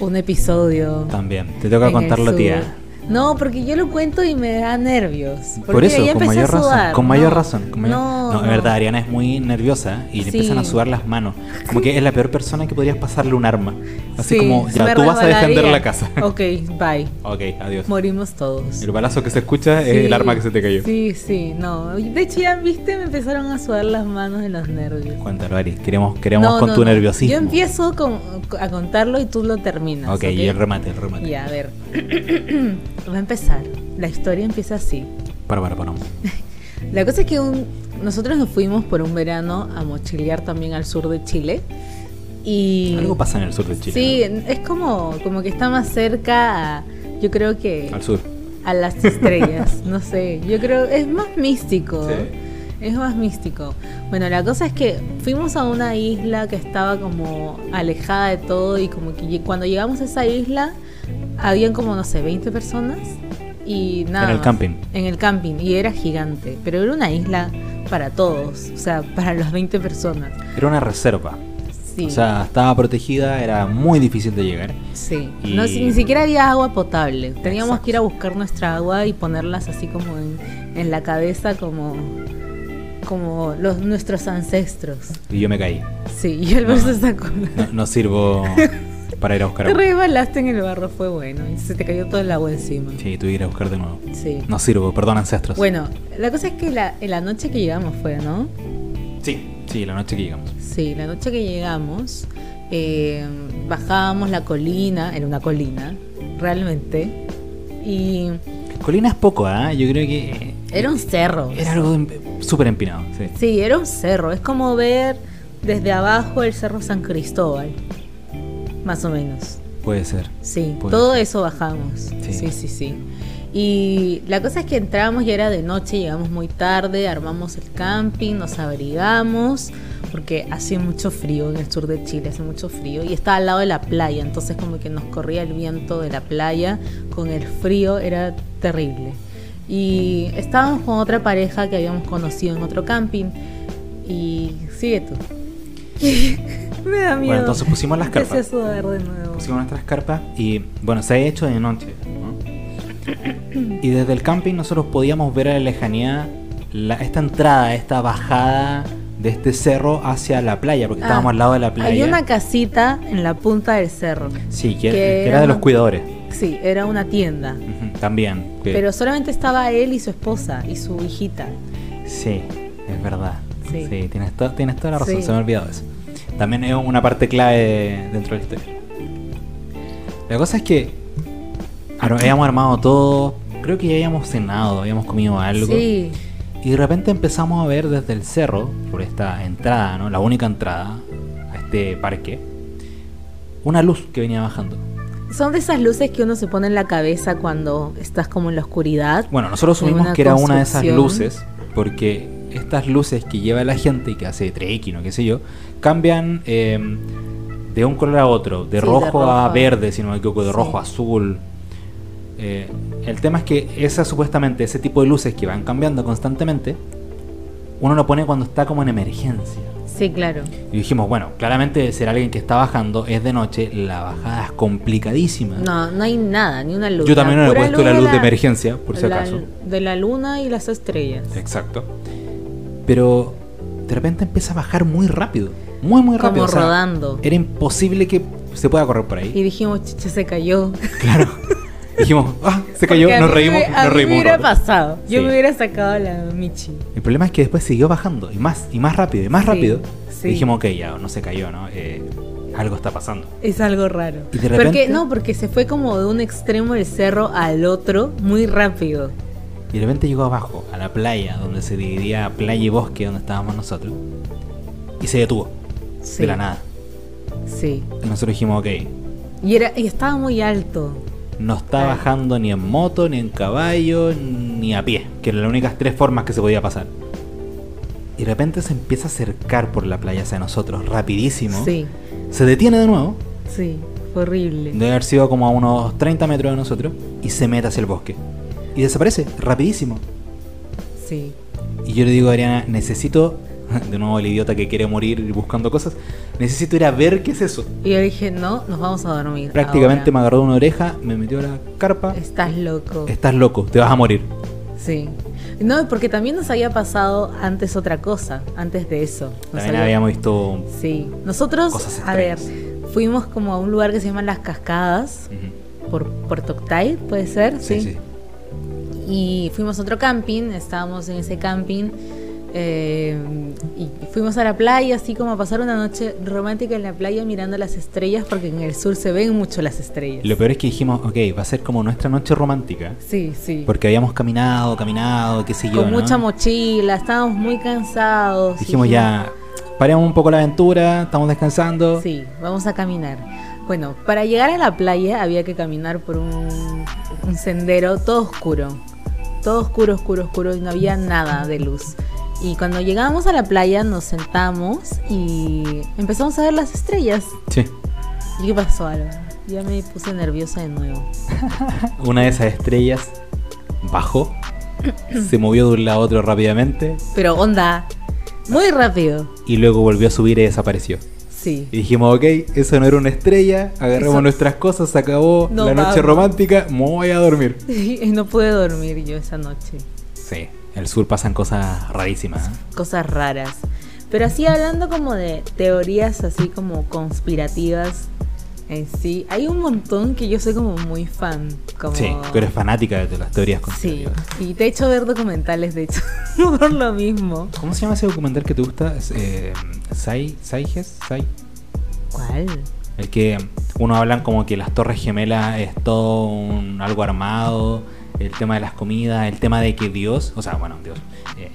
S1: un episodio...
S2: También, te toca
S1: en el
S2: contarlo,
S1: sur.
S2: tía.
S1: No, porque yo lo cuento y me da nervios.
S2: Por
S1: porque
S2: eso,
S1: ya
S2: con
S1: empecé a
S2: mayor, razón,
S1: sudar.
S2: con mayor
S1: No,
S2: razón. con mayor-
S1: No,
S2: no, de
S1: no.
S2: verdad, Ariana es muy nerviosa y le
S1: Sí.
S2: empiezan a sudar las manos. Como que es la peor persona que podrías pasarle un arma. Así
S1: Sí,
S2: como,
S1: se
S2: ya,
S1: me
S2: tú vas a defender
S1: resbalaría.
S2: la casa.
S1: Ok, bye.
S2: ok, adiós.
S1: Morimos todos.
S2: El balazo que se escucha es el
S1: Oh. Sí,
S2: arma que se te cayó.
S1: Sí, sí, no. De hecho, ya viste, me empezaron a sudar las manos de los nervios.
S2: Cuéntalo, Ari. Queremos, queremos
S1: No,
S2: con
S1: no,
S2: tu
S1: no.
S2: nerviosismo.
S1: Yo empiezo con- a contarlo y tú lo terminas.
S2: Ok, y el remate, el remate.
S1: Ya, a ver. Va a empezar. La historia empieza así.
S2: Para, para, para.
S1: La cosa es que un- nosotros nos fuimos por un verano a mochilear también al sur de Chile. Y
S2: Algo pasa en el sur de Chile.
S1: Sí, es como, como que está más cerca, a- yo creo que
S2: ¿no? Al sur.
S1: a las estrellas, no sé, yo creo, es más místico,
S2: Sí.
S1: es más místico. Bueno, la cosa es que fuimos a una isla que estaba como alejada de todo y como que lleg- cuando llegamos a esa isla habían como, no sé, 20 personas y nada.
S2: En el
S1: más.
S2: camping.
S1: En el camping y era gigante, pero era una isla para todos, o sea, para las 20 personas.
S2: Era una reserva.
S1: Sí.
S2: O sea, estaba protegida, era muy difícil de llegar.
S1: Sí,
S2: Y-
S1: no, si- ni siquiera había agua potable. Teníamos
S2: Exacto.
S1: que ir a buscar nuestra agua y ponerlas así como en, en la cabeza, como, como los, nuestros ancestros.
S2: Y yo me caí.
S1: Sí, y el
S2: No.
S1: verso está con...
S2: Ah. No, no sirvo para ir a buscar
S1: Te
S2: agua.
S1: resbalaste en el barro, fue bueno. Y se te cayó todo el agua encima.
S2: Sí, tuve que ir a buscar de nuevo.
S1: Sí.
S2: No sirvo, perdón, ancestros.
S1: Bueno, la cosa es que la, en la noche que llegamos fue, ¿no?
S2: Sí, sí, la noche que llegamos.
S1: Sí, la noche que llegamos, eh, bajábamos la colina, era una colina, realmente. Y
S2: Colina es poco, ¿ah? Yo creo que. eh,
S1: era un cerro.
S2: Era algo em- súper empinado, sí.
S1: Sí, era un cerro. Es como ver desde abajo el cerro San Cristóbal. Más o menos.
S2: Puede ser.
S1: Sí,
S2: Pues-
S1: todo eso bajamos.
S2: Sí.
S1: Sí. sí, sí, Y la cosa es que entramos ya era de noche, llegamos muy tarde, armamos el camping, nos abrigamos, porque hace mucho frío en el sur de Chile, hace mucho frío, y estaba al lado de la playa, entonces como que nos corría el viento de la playa con el frío, era terrible. Y estábamos con otra pareja que habíamos conocido en otro camping, y sigue tú. Me da miedo.
S2: Bueno, entonces pusimos las
S1: Empecé
S2: carpas.
S1: a sudar de nuevo.
S2: Pusimos nuestras carpas y, bueno, se ha hecho de noche, ¿no? Y desde el camping nosotros podíamos ver a la lejanía la- esta entrada, esta bajada de este cerro hacia la playa, porque
S1: Ah,
S2: estábamos al lado de la playa.
S1: Hay una casita en la punta del cerro.
S2: Sí, que,
S1: que
S2: que era
S1: era
S2: de los
S1: un-
S2: cuidadores.
S1: Sí, era una tienda.
S2: Ujú, También. que-
S1: Pero solamente estaba él y su esposa y su hijita.
S2: Sí, es verdad. Sí,
S1: Sí.
S2: tienes, to- tienes toda la razón,
S1: Sí.
S2: se me ha olvidado eso. También es una parte clave dentro de la historia. La cosa es que ar- habíamos armado todo, creo que ya habíamos cenado, habíamos comido algo.
S1: Sí,
S2: Y de repente empezamos a ver desde el cerro, por esta entrada, ¿no? La única entrada a este parque, una luz que venía bajando.
S1: son de esas luces que uno se pone en la cabeza cuando estás como en la oscuridad.
S2: Bueno, nosotros
S1: Como
S2: supimos
S1: una
S2: que era una de esas
S1: construcción.
S2: luces, porque estas luces que lleva la gente y que hace trekking o qué sé yo, cambian eh, de un color a otro, de,
S1: Sí, de
S2: rojo, a
S1: rojo.
S2: verde, si no me equivoco, de
S1: Sí.
S2: rojo a azul. Eh, el tema es que esa supuestamente, ese tipo de luces que van cambiando constantemente, uno lo pone cuando está como en emergencia.
S1: Sí, claro.
S2: Y dijimos, bueno, claramente será alguien que está bajando, es de noche, la bajada es complicadísima.
S1: No, no hay nada, ni una luz.
S2: Yo también no le he
S1: pura
S2: puesto la luz de
S1: la-
S2: emergencia, por si
S1: la-
S2: acaso.
S1: De la luna y las estrellas.
S2: Exacto. Pero de repente empieza a bajar muy rápido. Muy, muy rápido.
S1: Como
S2: o sea,
S1: rodando.
S2: Era imposible que se pueda correr por ahí.
S1: Y dijimos, chucha, se cayó.
S2: Claro. Dijimos, ah, se cayó,
S1: Porque a
S2: nos
S1: mí
S2: reímos,
S1: me- a
S2: nos
S1: mí
S2: reímos.
S1: me
S2: un
S1: hubiera
S2: rato.
S1: pasado. Yo
S2: Sí.
S1: me hubiera sacado la Michi.
S2: El problema es que después siguió bajando, y más, y más rápido, y más
S1: Sí,
S2: rápido.
S1: sí.
S2: Y dijimos, ok, ya, no se cayó, ¿no? Eh, algo está pasando.
S1: Es algo raro.
S2: Y de
S1: Porque,
S2: repente-
S1: no, porque se fue como de un extremo del cerro al otro muy rápido.
S2: Y de repente llegó abajo, a la playa, donde se dividía playa y bosque, donde estábamos nosotros. Y se detuvo,
S1: Sí,
S2: de la nada.
S1: Sí.
S2: Y nosotros dijimos, ok,
S1: Y, era, y estaba muy alto.
S2: no está
S1: Claro.
S2: bajando ni en moto, ni en caballo, ni a pie, que eran las únicas tres formas que se podía pasar. Y de repente se empieza a acercar por la playa hacia nosotros, rapidísimo.
S1: Sí,
S2: Se detiene de nuevo,
S1: sí. Fue horrible.
S2: debe haber sido como a unos 30 metros de nosotros, y se mete hacia el bosque. Y desaparece, rapidísimo.
S1: Sí.
S2: Y yo le digo a Ariana, necesito, de nuevo el idiota que quiere morir buscando cosas, necesito ir a ver qué es eso.
S1: Y yo dije, no, nos vamos a dormir.
S2: Prácticamente me
S1: ahora.
S2: agarró una oreja, me metió a la carpa,
S1: Estás loco.
S2: estás loco, te vas a morir.
S1: Sí. No, porque también nos había pasado antes otra cosa, antes de eso. Nos
S2: También
S1: había-
S2: habíamos visto... un-
S1: Sí. Nosotros,
S2: Cosas
S1: a ver, fuimos como a un lugar que se llama Las Cascadas,
S2: Ujú.
S1: por Puerto Octay, puede ser, sí.
S2: Sí, sí.
S1: Y fuimos a otro camping, estábamos en ese camping. eh, y fuimos a la playa, así como a pasar una noche romántica en la playa mirando las estrellas, porque en el sur se ven mucho las estrellas.
S2: Lo peor es que dijimos, ok, va a ser como nuestra noche romántica.
S1: Sí, sí.
S2: Porque habíamos caminado, caminado, qué sé yo.
S1: Con
S2: ¿no?
S1: mucha mochila, estábamos muy cansados.
S2: Dijimos ya, paremos un poco la aventura, estamos descansando.
S1: Sí, vamos a caminar. Bueno, para llegar a la playa había que caminar por un, un sendero todo oscuro. Todo oscuro, oscuro, oscuro y no había nada de luz. Y cuando llegamos a la playa nos sentamos y empezamos a ver las estrellas.
S2: Sí.
S1: ¿Y qué pasó, Alba? Ya me puse nerviosa de nuevo.
S2: Una de esas estrellas bajó, se movió de un lado a otro rápidamente
S1: Pero onda, muy rápido.
S2: y luego volvió a subir y desapareció.
S1: Sí.
S2: Y dijimos, ok, eso no era una estrella, agarremos
S1: Eso-
S2: nuestras cosas, se acabó
S1: No
S2: la noche
S1: vamos.
S2: romántica, me voy a dormir.
S1: Y no pude dormir yo esa noche.
S2: Sí, en el sur pasan cosas rarísimas. ¿eh?
S1: cosas raras. Pero así hablando como de teorías así como conspirativas en sí, hay un montón que yo soy como muy fan. Como...
S2: Sí, tú eres fanática de las teorías
S1: Sí,
S2: conspirativas.
S1: y te he hecho ver documentales, de hecho, por lo mismo.
S2: ¿Cómo se llama ese documental que te gusta? Es, eh, Sai, Saiges, Sai.
S1: ¿Cuál?
S2: El que uno hablan como que las Torres Gemelas es todo un- algo armado, el tema de las comidas, el tema de que Dios, o sea, bueno, Dios, eh,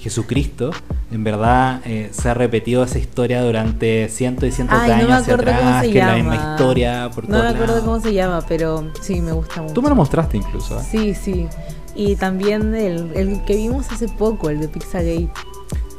S2: Jesucristo, en verdad eh, se ha repetido esa historia durante cientos y cientos de
S1: Ay,
S2: años
S1: no me
S2: hacia
S1: acuerdo
S2: atrás,
S1: cómo se
S2: que es
S1: llama.
S2: la misma historia por
S1: No
S2: todos
S1: me acuerdo
S2: lados.
S1: cómo se llama, pero sí, me gusta mucho.
S2: Tú me lo mostraste incluso. ¿eh?
S1: Sí, sí. Y también el, el que vimos hace poco, el de Pizzagate.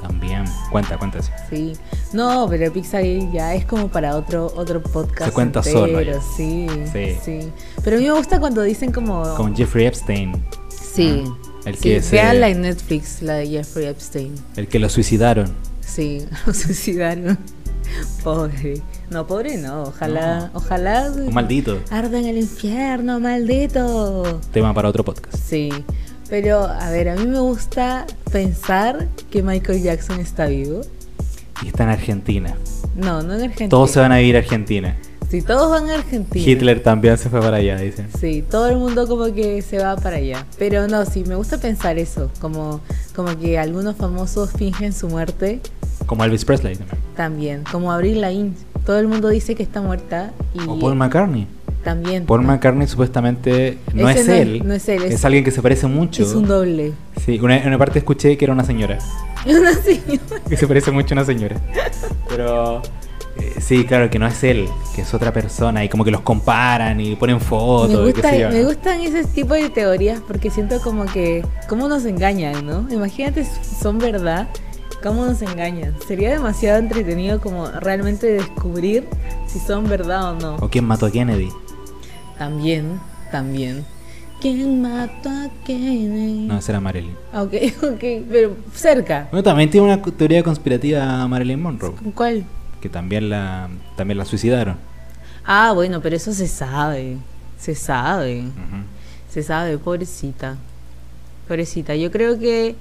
S2: También. Cuenta, cuenta. eso.
S1: Sí. No, pero Pixagate ya es como para otro otro podcast.
S2: Se cuenta
S1: entero,
S2: solo ya.
S1: Sí, sí.
S2: Sí.
S1: Pero a mí me gusta cuando dicen como.
S2: Con Jeffrey Epstein,
S1: Sí.
S2: Ah. el
S1: Sí,
S2: que, se-
S1: Veanla en Netflix, la de Jeffrey Epstein.
S2: el que lo suicidaron.
S1: Sí, lo suicidaron. Pobre. No, pobre no. Ojalá. Ojalá.
S2: Un maldito.
S1: Arda en el infierno, maldito.
S2: Tema para otro podcast.
S1: Sí. Pero, a ver, a mí me gusta pensar que Michael Jackson está vivo.
S2: Y está en Argentina.
S1: No, no en Argentina.
S2: Todos se van a vivir a Argentina.
S1: Sí, todos van a Argentina.
S2: Hitler también se fue para allá, dicen.
S1: Sí, todo el mundo como que se va para allá. Pero no, sí, me gusta pensar eso, como, como que algunos famosos fingen su muerte
S2: Como Elvis Presley también.
S1: también, como Abril Lavigne. Todo el mundo dice que está muerta y
S2: O Paul McCartney.
S1: también
S2: Paul McCartney supuestamente no
S1: Ese
S2: es
S1: no es-
S2: él.
S1: no es él, es-
S2: alguien que se parece mucho.
S1: es un doble.
S2: Sí, una, en una parte escuché que era una señora.
S1: Una señora.
S2: Que se parece mucho a una señora. Pero. eh, sí, claro, que no es él, que es otra persona. Y como que los comparan y ponen fotos.
S1: Me,
S2: y qué
S1: gusta-
S2: sé yo,
S1: me
S2: ¿no?
S1: gustan ese tipo de teorías porque siento como que, ¿cómo nos engañan, no? Imagínate si son verdad, ¿cómo nos engañan? Sería demasiado entretenido como realmente descubrir si son verdad o no.
S2: O quién mató a Kennedy.
S1: También, también. ¿Quién mató a Kennedy?
S2: No, esa era Marilyn.
S1: Ah, Ok, ok, pero cerca.
S2: Bueno, también tiene una cu- teoría conspirativa Marilyn Monroe.
S1: ¿Cuál?
S2: Que también la, también la suicidaron.
S1: Ah, bueno, pero eso se sabe. Se sabe.
S2: Ujú.
S1: Se sabe, pobrecita. Pobrecita, yo creo que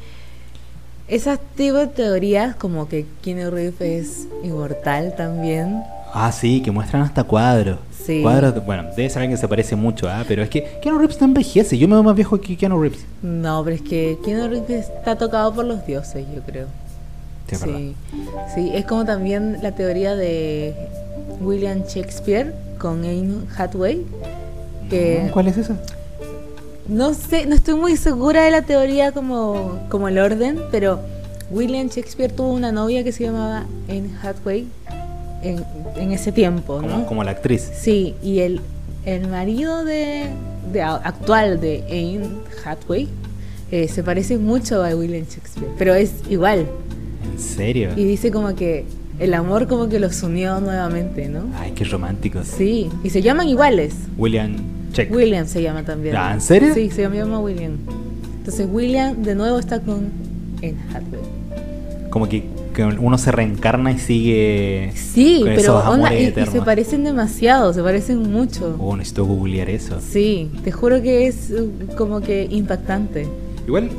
S1: Esas tipo de teorías, como que Keanu Reeves es inmortal también.
S2: Ah, sí, que muestran hasta cuadros.
S1: Sí.
S2: Cuadros, de- bueno, debe saber que se parece mucho, ah, pero es que Keanu Reeves no envejece. Yo me veo más viejo que Keanu Reeves.
S1: No, pero es que Keanu Reeves está tocado por los dioses, yo creo.
S2: Sí, es verdad.
S1: sí, es como también la teoría de William Shakespeare con Anne Hathaway. Que
S2: ¿Cuál es esa?
S1: no sé, no estoy muy segura de la teoría como, como el orden, pero William Shakespeare tuvo una novia que se llamaba Anne Hathaway en, en ese tiempo,
S2: Como,
S1: ¿no?
S2: como la actriz.
S1: Sí, y el, el marido de, de a- actual de Anne Hathaway eh, se parece mucho a William Shakespeare, pero es igual.
S2: ¿En serio?
S1: Y dice como que el amor como que los unió nuevamente, ¿no?
S2: Ay, qué románticos.
S1: Sí, y se llaman iguales.
S2: William Check.
S1: William se llama también.
S2: Ah, ¿en serio?
S1: Sí, se llama William. Entonces William de nuevo está con Anne Hathaway.
S2: Como que, que uno se reencarna y sigue.
S1: Sí,
S2: Con
S1: pero
S2: esos
S1: onda,
S2: amores
S1: y- y, se
S2: eternos.
S1: parecen demasiado, se parecen mucho.
S2: Oh, necesito googlear eso.
S1: Sí, te juro que es eh, como que impactante.
S2: Igual,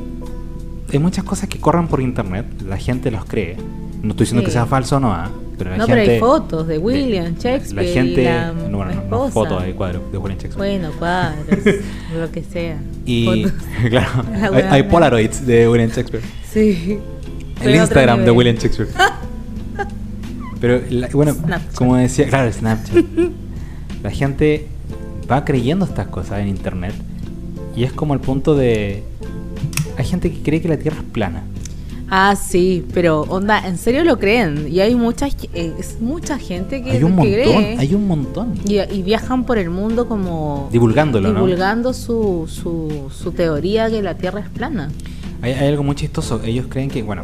S2: hay muchas cosas que corran por internet. La gente los cree. No estoy diciendo
S1: Sí.
S2: que sea falso o no, ah, pero la
S1: no,
S2: gente.
S1: pero hay fotos de William
S2: La
S1: Shakespeare
S2: gente.
S1: y la
S2: no, bueno, no, no,
S1: esposa.
S2: fotos de cuadro de William Shakespeare.
S1: Bueno, cuadros, lo que sea.
S2: Y
S1: Fotos.
S2: claro,
S1: La
S2: hay, hay
S1: buena.
S2: Polaroids de William Shakespeare.
S1: Sí. Fue
S2: El
S1: otro
S2: Instagram de
S1: nivel.
S2: William Shakespeare. Pero la- bueno,
S1: Snapchat.
S2: como decía, claro, el Snapchat. La gente va creyendo estas cosas en internet y es como el punto de hay gente que cree que la Tierra es plana.
S1: Ah, sí, pero onda, en serio lo creen. Y hay mucha, ge- eh, es mucha gente que,
S2: hay un
S1: que
S2: montón,
S1: cree.
S2: hay un montón
S1: Y, y viajan por el mundo como
S2: divulgándolo, ¿no?
S1: divulgando su, su, su teoría que la Tierra es plana.
S2: Hay, hay algo muy chistoso. Ellos creen que, bueno,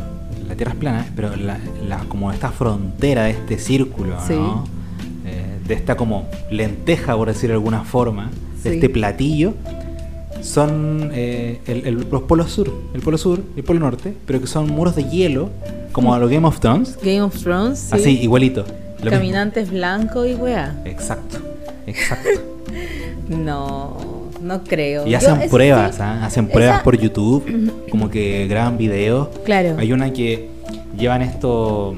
S2: la Tierra es plana, pero la, la- como esta frontera, de este círculo,
S1: Sí.
S2: ¿no? Eh, de esta como lenteja, por decir de alguna forma, de
S1: Sí.
S2: este platillo, son eh, el- el- los polos sur, el polo sur y el polo norte, pero que son muros de hielo, como a los Game of Thrones,
S1: Game of Thrones, sí.
S2: así, igualito. Ah, lo mismo.
S1: Caminantes blancos y weá.
S2: Exacto, exacto.
S1: No, no creo.
S2: Y
S1: Yo-
S2: hacen
S1: eso
S2: pruebas,
S1: sí,
S2: ¿ah? hacen pruebas
S1: esa-
S2: por YouTube, como que graban videos.
S1: Claro.
S2: Hay una que llevan esto,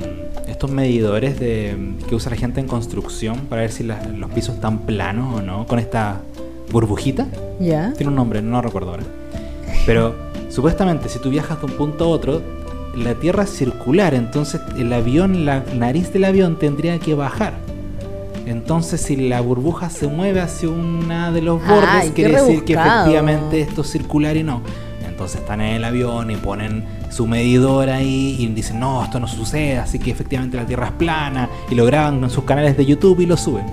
S2: estos medidores de, que usa la gente en construcción para ver si las- los pisos están planos o no, con esta burbujita.
S1: ¿Ya?
S2: Tiene un nombre, no lo recuerdo ahora. Pero supuestamente si tú viajas de un punto a otro, la Tierra es circular, entonces el avión, la nariz del avión tendría que bajar. Entonces si la burbuja se mueve hacia una de los
S1: Ay,
S2: bordes,
S1: qué
S2: quiere decir que
S1: rebuscado.
S2: efectivamente esto es circular y no. Entonces están en el avión y ponen su medidor ahí y dicen, no, esto no sucede, así que efectivamente la Tierra es plana y lo graban en sus canales de YouTube y lo suben.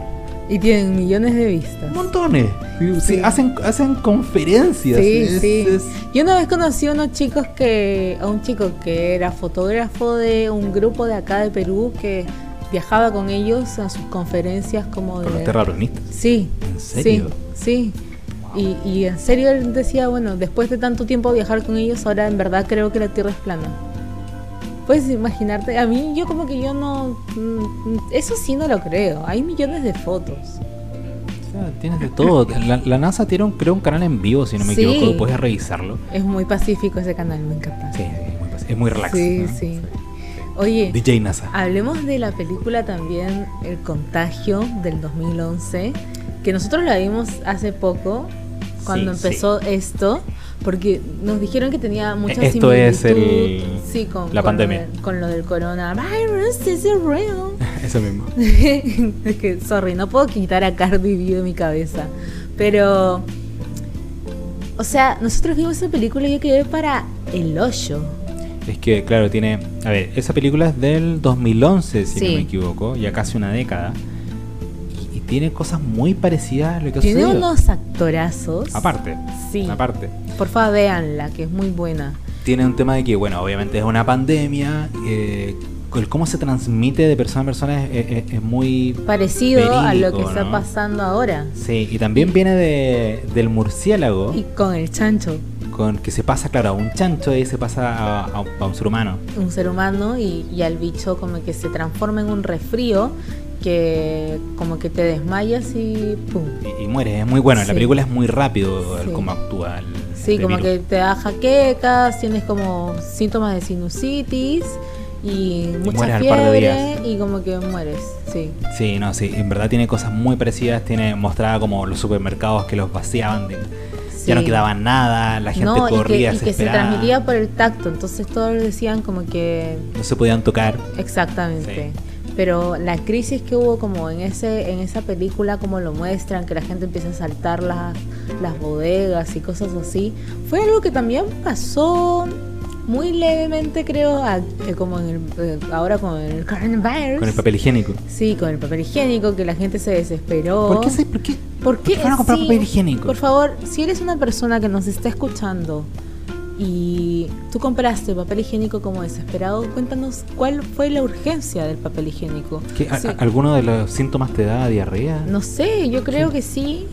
S1: Y tienen millones de vistas.
S2: Montones. Sí,
S1: Sí.
S2: Hacen, hacen conferencias.
S1: Sí,
S2: Es-
S1: sí.
S2: es-
S1: Yo una vez conocí a unos chicos que, a un chico que era fotógrafo de un grupo de acá de Perú que viajaba con ellos a sus conferencias como
S2: Con los
S1: de.
S2: terraplanistas.
S1: sí.
S2: ¿En serio?
S1: Sí. sí. Y, y en serio él decía, bueno, después de tanto tiempo viajar con ellos, ahora en verdad creo que la Tierra es plana. Puedes imaginarte, a mí yo como que yo no, mm, eso sí no lo creo. Hay millones de fotos.
S2: O sea, tienes de todo. La, la NASA tiene un, creo un canal en vivo, si no me
S1: Sí.
S2: equivoco. Puedes revisarlo.
S1: Es muy pacífico ese canal, me encanta.
S2: Sí, es muy, pas- es muy relax.
S1: Sí, Eh, ah,
S2: ¿no?
S1: sí. Oye,
S2: DJ NASA.
S1: Hablemos de la película también El Contagio del 2011, que nosotros la vimos hace poco, cuando
S2: Sí,
S1: empezó esto, porque nos dijeron que tenía mucha
S2: Esto es
S1: similitud,
S2: el-
S1: sí, con,
S2: la
S1: con lo
S2: pandemia.
S1: de- con lo del coronavirus, is it real?
S2: Eso mismo.
S1: es que, sorry, no puedo quitar a Cardi B de mi cabeza. Pero, o sea, nosotros vimos esa película y yo quedé para el hoyo.
S2: Es que, claro, tiene. A ver, esa película es del 2011, si no
S1: Sí.
S2: me equivoco. Ya casi una década. Y, y tiene cosas muy parecidas a lo que ha
S1: Tiene
S2: sucedido.
S1: unos actorazos.
S2: Aparte.
S1: Sí.
S2: Aparte.
S1: Porfa, véanla, que es muy buena.
S2: tiene un tema de que, bueno, obviamente es una pandemia, eh, el cómo se transmite de persona a persona es, es- es muy...
S1: Parecido a lo que
S2: Verídico,
S1: está
S2: ¿no?
S1: pasando ahora.
S2: Sí, y también viene de, del murciélago,
S1: Y con el chancho,
S2: con que se pasa, claro, a un chancho y se pasa a, a un- a un ser humano.
S1: un ser humano, y, y al bicho como que se transforma en un resfrío que como que te desmayas y pum.
S2: Y, y muere, es muy bueno,
S1: Sí.
S2: la película es muy rápido el
S1: Sí.
S2: cómo actúa el, el
S1: Sí,
S2: de
S1: como
S2: virus.
S1: que te da jaquecas, tienes como síntomas de sinusitis y
S2: mueres
S1: mucha
S2: al par de
S1: fiebre
S2: días.
S1: y como que mueres, sí.
S2: Sí, no, sí, en verdad tiene cosas muy parecidas, tiene mostrada como los supermercados que los vaciaban, de-
S1: sí.
S2: ya no quedaba nada, la gente
S1: No, y que-
S2: corría,
S1: y que, se
S2: desesperada,
S1: transmitía por el tacto, entonces todos decían como que
S2: no se podían tocar.
S1: Exactamente. Pero la crisis que hubo como en ese en esa película, como lo muestran, que la gente empieza a saltar las, las bodegas y cosas así, fue algo que también pasó muy levemente, creo, a- eh, como en el, eh, ahora con el coronavirus.
S2: Con el papel higiénico.
S1: Sí, con el papel higiénico, que la gente se desesperó.
S2: ¿Por qué? se- ¿Por qué?
S1: ¿Por qué?
S2: ¿Por qué van a comprar
S1: Sí,
S2: papel higiénico?
S1: Por favor, si eres una persona que nos está escuchando y tú compraste papel higiénico como desesperado, cuéntanos cuál fue la urgencia del papel higiénico.
S2: ¿Qué? ¿A-
S1: Sí,
S2: ¿Alguno de los síntomas te da diarrea?
S1: no sé, yo creo que sí,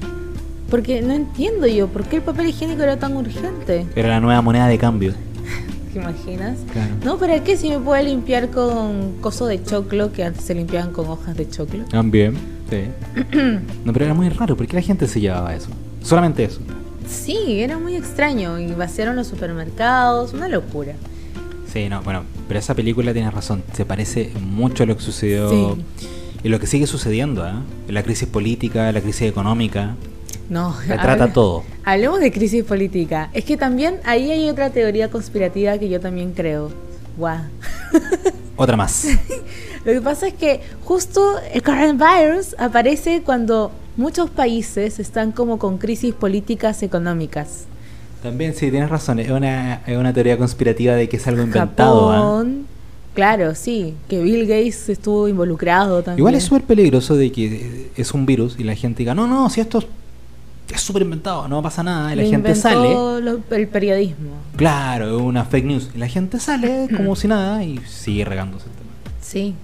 S1: porque no entiendo yo por qué el papel higiénico era tan urgente.
S2: Era la nueva moneda de cambio.
S1: ¿Te imaginas?
S2: Claro.
S1: No, ¿para qué si me puedo limpiar con coso de choclo que antes se limpiaban con hojas de choclo?
S2: También, Ah, sí. no, pero era muy raro, ¿por qué la gente se llevaba eso? Solamente eso.
S1: Sí, era muy extraño y vaciaron los supermercados, una locura.
S2: Sí, no, bueno, pero esa película tienes razón, se parece mucho a lo que sucedió
S1: Sí.
S2: y lo que sigue sucediendo, ¿eh? La crisis política, la crisis económica,
S1: No,
S2: retrata
S1: habla-
S2: todo.
S1: Hablemos de crisis política. Es que también ahí hay otra teoría conspirativa que yo también creo. Guau.
S2: Otra más.
S1: Lo que pasa es que justo el coronavirus aparece cuando muchos países están como con crisis políticas económicas.
S2: También sí, tienes razón, es una, es una teoría conspirativa de que es algo inventado. ¿eh?
S1: Japón. Claro, sí. Que Bill Gates estuvo involucrado también.
S2: Igual es súper peligroso de que eh, es un virus y la gente diga, no, no, si esto es- es súper inventado, no pasa nada, y la
S1: Lo
S2: gente
S1: inventó
S2: sale.
S1: lo- el periodismo.
S2: Claro, es una fake news. Y la gente sale como si nada y sigue regándose el tema.
S1: Sí,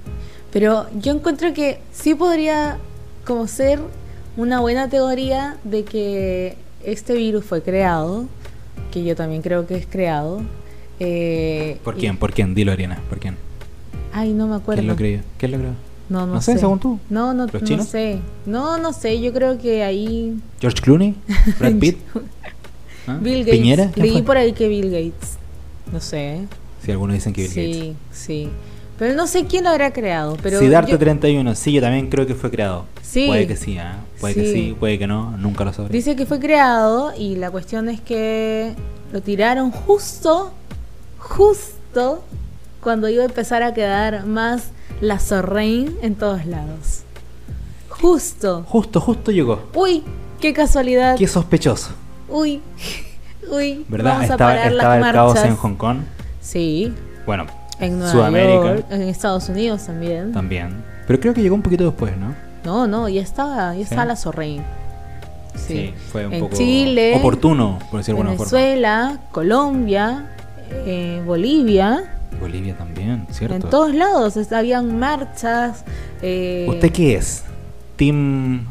S1: pero yo encuentro que sí podría como ser una buena teoría de que este virus fue creado, que yo también creo que es creado. eh,
S2: ¿Por
S1: y-
S2: quién? ¿Por quién? Dilo, Ariana, ¿por quién?
S1: Ay, no me acuerdo.
S2: ¿Quién lo creyó? ¿Quién lo creyó?
S1: No, no,
S2: No sé, según tú.
S1: No, no,
S2: ¿Los
S1: no
S2: chinos?
S1: sé. No, no sé, yo creo que ahí
S2: ¿George Clooney? ¿Brad Pitt? ¿Ah?
S1: Bill Gates.
S2: ¿Piñera? ¿Quién
S1: Leí
S2: fue?
S1: por ahí que Bill Gates. No sé.
S2: Sí, algunos dicen que Bill
S1: sí,
S2: Gates.
S1: sí. Pero no sé quién lo habrá creado, pero
S2: Siddhartha
S1: yo-
S2: 31, sí, yo también creo que fue creado.
S1: Sí.
S2: Puede que sí, ¿ah? Puede que
S1: Sí.
S2: sí, puede que no, nunca lo sabré.
S1: Dice que fue creado y la cuestión es que lo tiraron justo, justo cuando iba a empezar a quedar más la Sorrain en todos lados. Justo.
S2: Justo, justo llegó.
S1: Uy, qué casualidad.
S2: Qué sospechoso.
S1: Uy, uy.
S2: ¿Verdad?
S1: Vamos a
S2: Estaba,
S1: parar
S2: estaba
S1: las
S2: el caos
S1: marchas.
S2: en Hong Kong.
S1: Sí,
S2: Bueno,
S1: en Nueva
S2: Sudamérica.
S1: York, en Estados Unidos también.
S2: también. Pero creo que llegó un poquito después, ¿no?
S1: No, no, ya estaba, ya estaba
S2: Sí.
S1: la Sorrain. Sí.
S2: fue un
S1: En
S2: poco
S1: Chile,
S2: oportuno, por decirlo de alguna forma.
S1: Venezuela, Colombia, eh, Bolivia.
S2: Bolivia también, ¿cierto?
S1: En todos lados, es- habían marchas. eh,
S2: ¿Usted qué es? ¿Team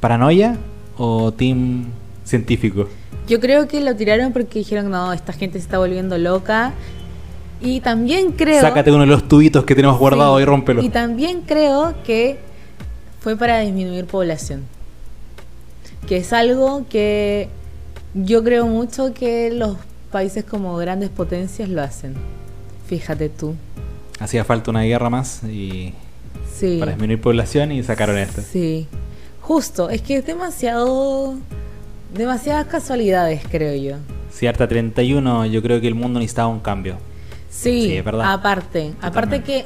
S2: paranoia o team científico?
S1: Yo creo que lo tiraron porque dijeron, no, esta gente se está volviendo loca. Y también creo...
S2: Sácate uno de los tubitos que tenemos guardado
S1: Sí,
S2: y rómpelo.
S1: Y también creo que fue para disminuir población. Que es algo que yo creo mucho que los países como grandes potencias lo hacen. Fíjate tú.
S2: Hacía falta una guerra más y
S1: Sí.
S2: para disminuir población y sacaron esta.
S1: Sí, justo, es que es demasiado, demasiadas casualidades, creo yo.
S2: Cierta 31, yo creo que el mundo necesitaba un cambio.
S1: Sí,
S2: Sí, es verdad.
S1: aparte, aparte que,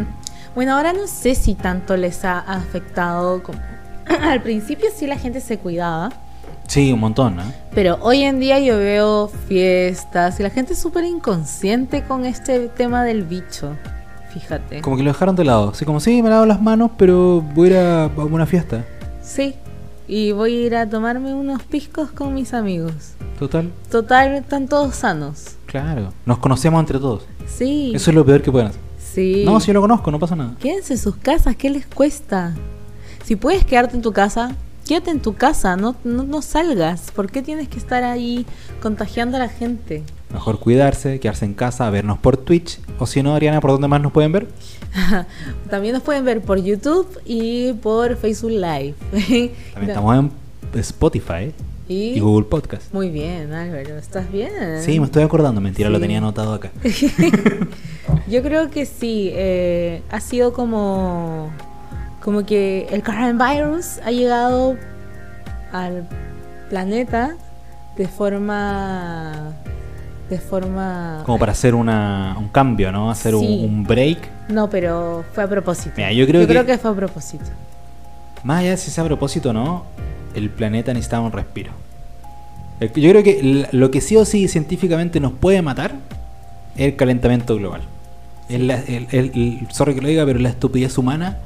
S1: bueno, ahora no sé si tanto les ha afectado, como- al principio sí la gente se cuidaba,
S2: Sí, un montón, ¿no?
S1: pero hoy en día yo veo fiestas y la gente es súper inconsciente con este tema del bicho, fíjate.
S2: Como que lo dejaron de lado. Así como, sí, me lavo las manos, pero voy a ir a a una fiesta.
S1: Sí, y voy a ir a tomarme unos piscos con mis amigos.
S2: Total,
S1: Total, están todos sanos.
S2: claro. Nos conocemos entre todos.
S1: Sí.
S2: Eso es lo peor que pueden hacer.
S1: Sí.
S2: No, si yo lo conozco, no pasa nada.
S1: Quédense en sus casas, ¿qué les cuesta? Si puedes quedarte en tu casa, quédate en tu casa, no, no, no salgas. ¿Por qué tienes que estar ahí contagiando a la gente?
S2: Mejor cuidarse, quedarse en casa, vernos por Twitch. O si no, Ariana, ¿por dónde más nos pueden ver?
S1: También nos pueden ver por YouTube y por Facebook Live.
S2: También estamos en Spotify,
S1: Y,
S2: y Google Podcast.
S1: muy bien, Álvaro, ¿estás bien?
S2: Sí, me estoy acordando, mentira, lo
S1: Ah. Sí.
S2: tenía anotado acá.
S1: Yo creo que sí, eh, ha sido como, como que el coronavirus ha llegado al planeta de forma, de forma,
S2: Como para hacer una, un cambio, ¿no? Hacer un-
S1: Sí.
S2: un, break.
S1: no, pero fue a propósito.
S2: Mira, yo creo que-
S1: fue a propósito.
S2: Más allá de si sea a propósito o no, el planeta necesitaba un respiro. El- Yo creo que l- lo que sí o sí científicamente nos puede matar es el calentamiento global. Es la- el- el- el- sorry que lo diga, pero la estupidez humana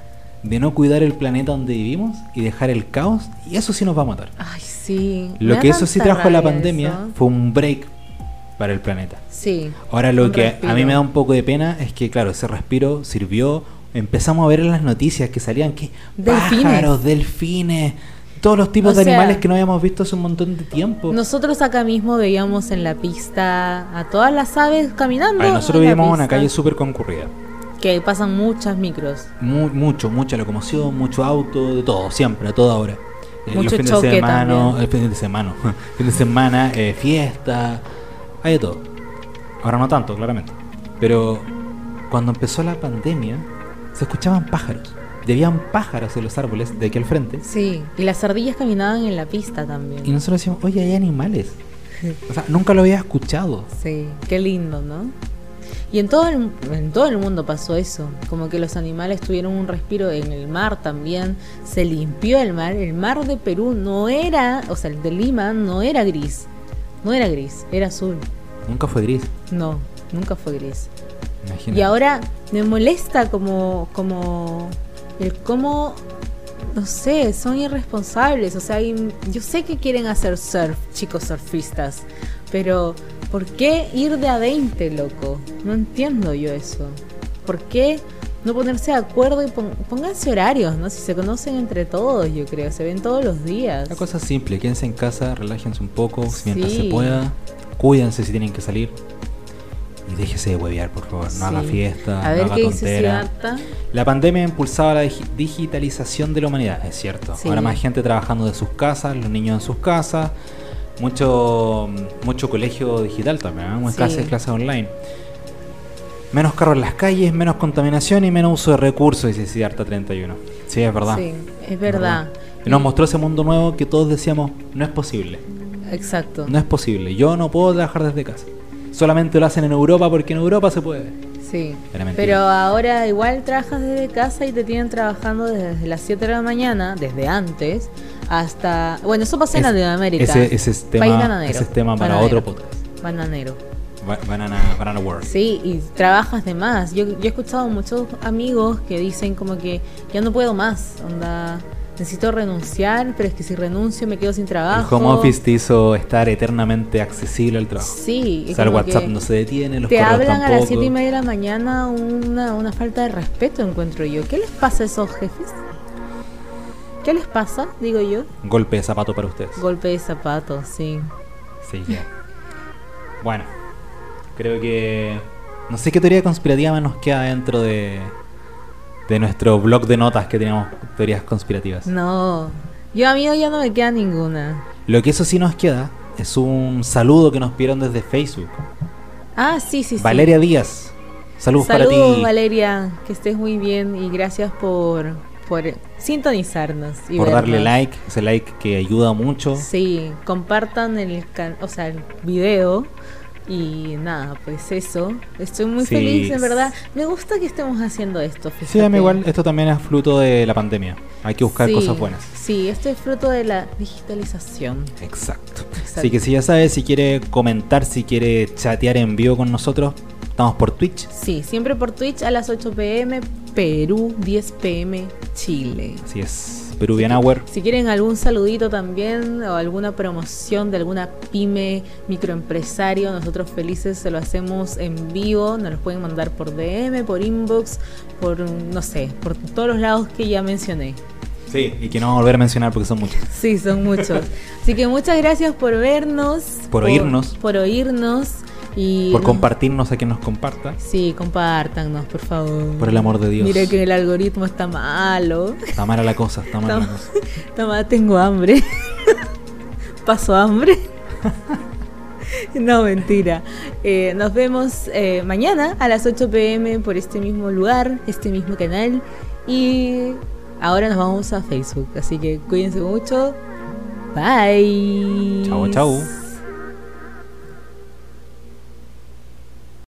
S2: de no cuidar el planeta donde vivimos y dejar el caos, y eso sí nos va a matar.
S1: Ay, sí. me
S2: Lo
S1: da
S2: que eso sí
S1: tanta
S2: trajo la
S1: rabia
S2: pandemia
S1: eso.
S2: fue un break para el planeta.
S1: Sí.
S2: Ahora lo
S1: Un
S2: que a
S1: respiro.
S2: mí me da un poco de pena es que, claro, ese respiro sirvió. Empezamos a ver en las noticias que salían que
S1: Delfines.
S2: pájaros, delfines, todos los tipos
S1: O
S2: de
S1: sea,
S2: animales que no habíamos visto hace un montón de tiempo.
S1: Nosotros acá mismo veíamos en la pista a todas las aves caminando.
S2: A ver, nosotros
S1: en la
S2: vivimos en una
S1: pista,
S2: calle súper concurrida.
S1: Que pasan muchas micros.
S2: Mu- mucho, mucha locomoción, mucho auto, de todo, siempre, a toda hora. Eh,
S1: Mucho
S2: los fines
S1: choque
S2: de semana,
S1: también.
S2: el fin de semana, fin de semana, eh, fiesta, hay de todo. Ahora no tanto, claramente. Pero cuando empezó la pandemia, se escuchaban pájaros. Debían pájaros en los árboles de aquí al frente.
S1: Sí. Y las ardillas caminaban en la pista
S2: Y
S1: también.
S2: nosotros decíamos, oye, hay animales. O sea, nunca lo había escuchado.
S1: Sí. Qué lindo, ¿no? Y en todo, el, en todo el mundo pasó eso, como que los animales tuvieron un respiro en el mar también, se limpió el mar, el mar de Perú no era, o sea, el de Lima no era gris, no era gris, era azul,
S2: Nunca fue gris.
S1: no, nunca fue gris.
S2: Imagínate.
S1: Y ahora me molesta como, como el cómo, no sé, son irresponsables. O sea, hay- yo sé que quieren hacer surf, chicos surfistas, pero ¿por qué ir de a 20, loco? No entiendo yo eso. ¿Por qué no ponerse de acuerdo y pon- pónganse horarios, no? Si se conocen entre todos, yo creo, se ven todos los días.
S2: La cosa es simple, quédense en casa, relájense un poco mientras
S1: Sí.
S2: se pueda, cuídense si tienen que salir y déjese de huevear, por favor, no
S1: Sí.
S2: haga fiesta,
S1: A ver
S2: no haga
S1: qué dice
S2: tontera.
S1: Siddhartha.
S2: La pandemia ha impulsado la digi- digitalización de la humanidad, es cierto.
S1: Sí.
S2: Ahora más gente trabajando de sus casas, los niños en sus casas, mucho, mucho colegio digital también, ¿eh? Muchas
S1: Sí.
S2: clases, clases online. Menos carros en las calles, menos contaminación y menos uso de recursos, dice Siddhartha 31. Sí, es verdad.
S1: Sí, es verdad.
S2: Y nos mostró ese mundo nuevo que todos decíamos, no es posible,
S1: Exacto.
S2: no es posible, yo no puedo trabajar desde casa. Solamente lo hacen en Europa porque en Europa se puede.
S1: Sí,
S2: Era mentira.
S1: pero ahora igual trabajas desde casa y te tienen trabajando desde las 7 de la mañana, desde antes, hasta... Bueno, eso pasa en
S2: Es-
S1: Latinoamérica.
S2: Ese, ese es
S1: País
S2: tema,
S1: bananero.
S2: ese es tema para
S1: Bananero.
S2: otro podcast.
S1: Bananero.
S2: Ba- Banana, banana World.
S1: Sí, y trabajas de más. Yo, yo he escuchado muchos amigos que dicen como que ya no puedo más, onda, necesito renunciar, pero es que si renuncio me quedo sin
S2: el
S1: trabajo.
S2: home office te hizo estar eternamente accesible al trabajo.
S1: Sí, y
S2: o sea, el
S1: como
S2: WhatsApp
S1: que
S2: no se detiene, los
S1: Te
S2: correos
S1: hablan a
S2: tampoco.
S1: las 7 y media de la mañana una, una falta de respeto, encuentro yo. ¿Qué les pasa a esos jefes? ¿Qué les pasa? Digo yo.
S2: Golpe de zapato para ustedes.
S1: Golpe de zapato, sí.
S2: Sí, ya. Bueno, creo que. No sé qué teoría conspirativa nos queda dentro de. de nuestro blog de notas que teníamos teorías conspirativas.
S1: No. Yo, amigo, ya no me queda ninguna.
S2: Lo que eso sí nos queda es un saludo que nos pidieron desde Facebook.
S1: Ah, sí, sí, sí.
S2: Valeria Díaz. Saludos, para
S1: Saludos,
S2: ti.
S1: Valeria. Que estés muy bien y gracias por, por sintonizarnos. Y
S2: por darle
S1: vernos.
S2: like, ese like que ayuda mucho.
S1: Sí, compartan el, can- o sea, el video y nada, pues eso. Estoy muy
S2: Sí.
S1: feliz, en verdad. Me gusta que estemos haciendo esto.
S2: Sí,
S1: fíjate.
S2: a mí igual, esto también es fruto de la pandemia. Hay que buscar
S1: Sí,
S2: cosas buenas.
S1: Sí, esto es fruto de la digitalización.
S2: Exacto.
S1: Exacto.
S2: Así que si ya sabes, si quiere comentar, si quiere chatear en vivo con nosotros, estamos por Twitch.
S1: Sí, siempre por Twitch a las 8 pm, Perú, 10 pm, Chile.
S2: Así es, Peruvian Hour.
S1: Si quieren algún saludito también o alguna promoción de alguna pyme, microempresario, nosotros felices se lo hacemos en vivo, nos lo pueden mandar por DM, por inbox, por no sé, por todos los lados que ya mencioné.
S2: Sí. Y que no vamos a volver a mencionar porque son muchos.
S1: Sí, son muchos. Así que muchas gracias por vernos,
S2: Por oírnos.
S1: por oírnos y
S2: Por
S1: nos-
S2: compartirnos a quien nos comparta.
S1: Sí, compártanos, por favor.
S2: Por el amor de Dios.
S1: Mira que el algoritmo está malo.
S2: Está mala la cosa, está mala la
S1: Está-
S2: cosa.
S1: Toma, tengo hambre. paso hambre. No, mentira. Eh, nos vemos eh, mañana a las 8 pm por este mismo lugar, este mismo canal. Y ahora nos vamos a Facebook. Así que cuídense mucho. Bye.
S2: Chau, chau.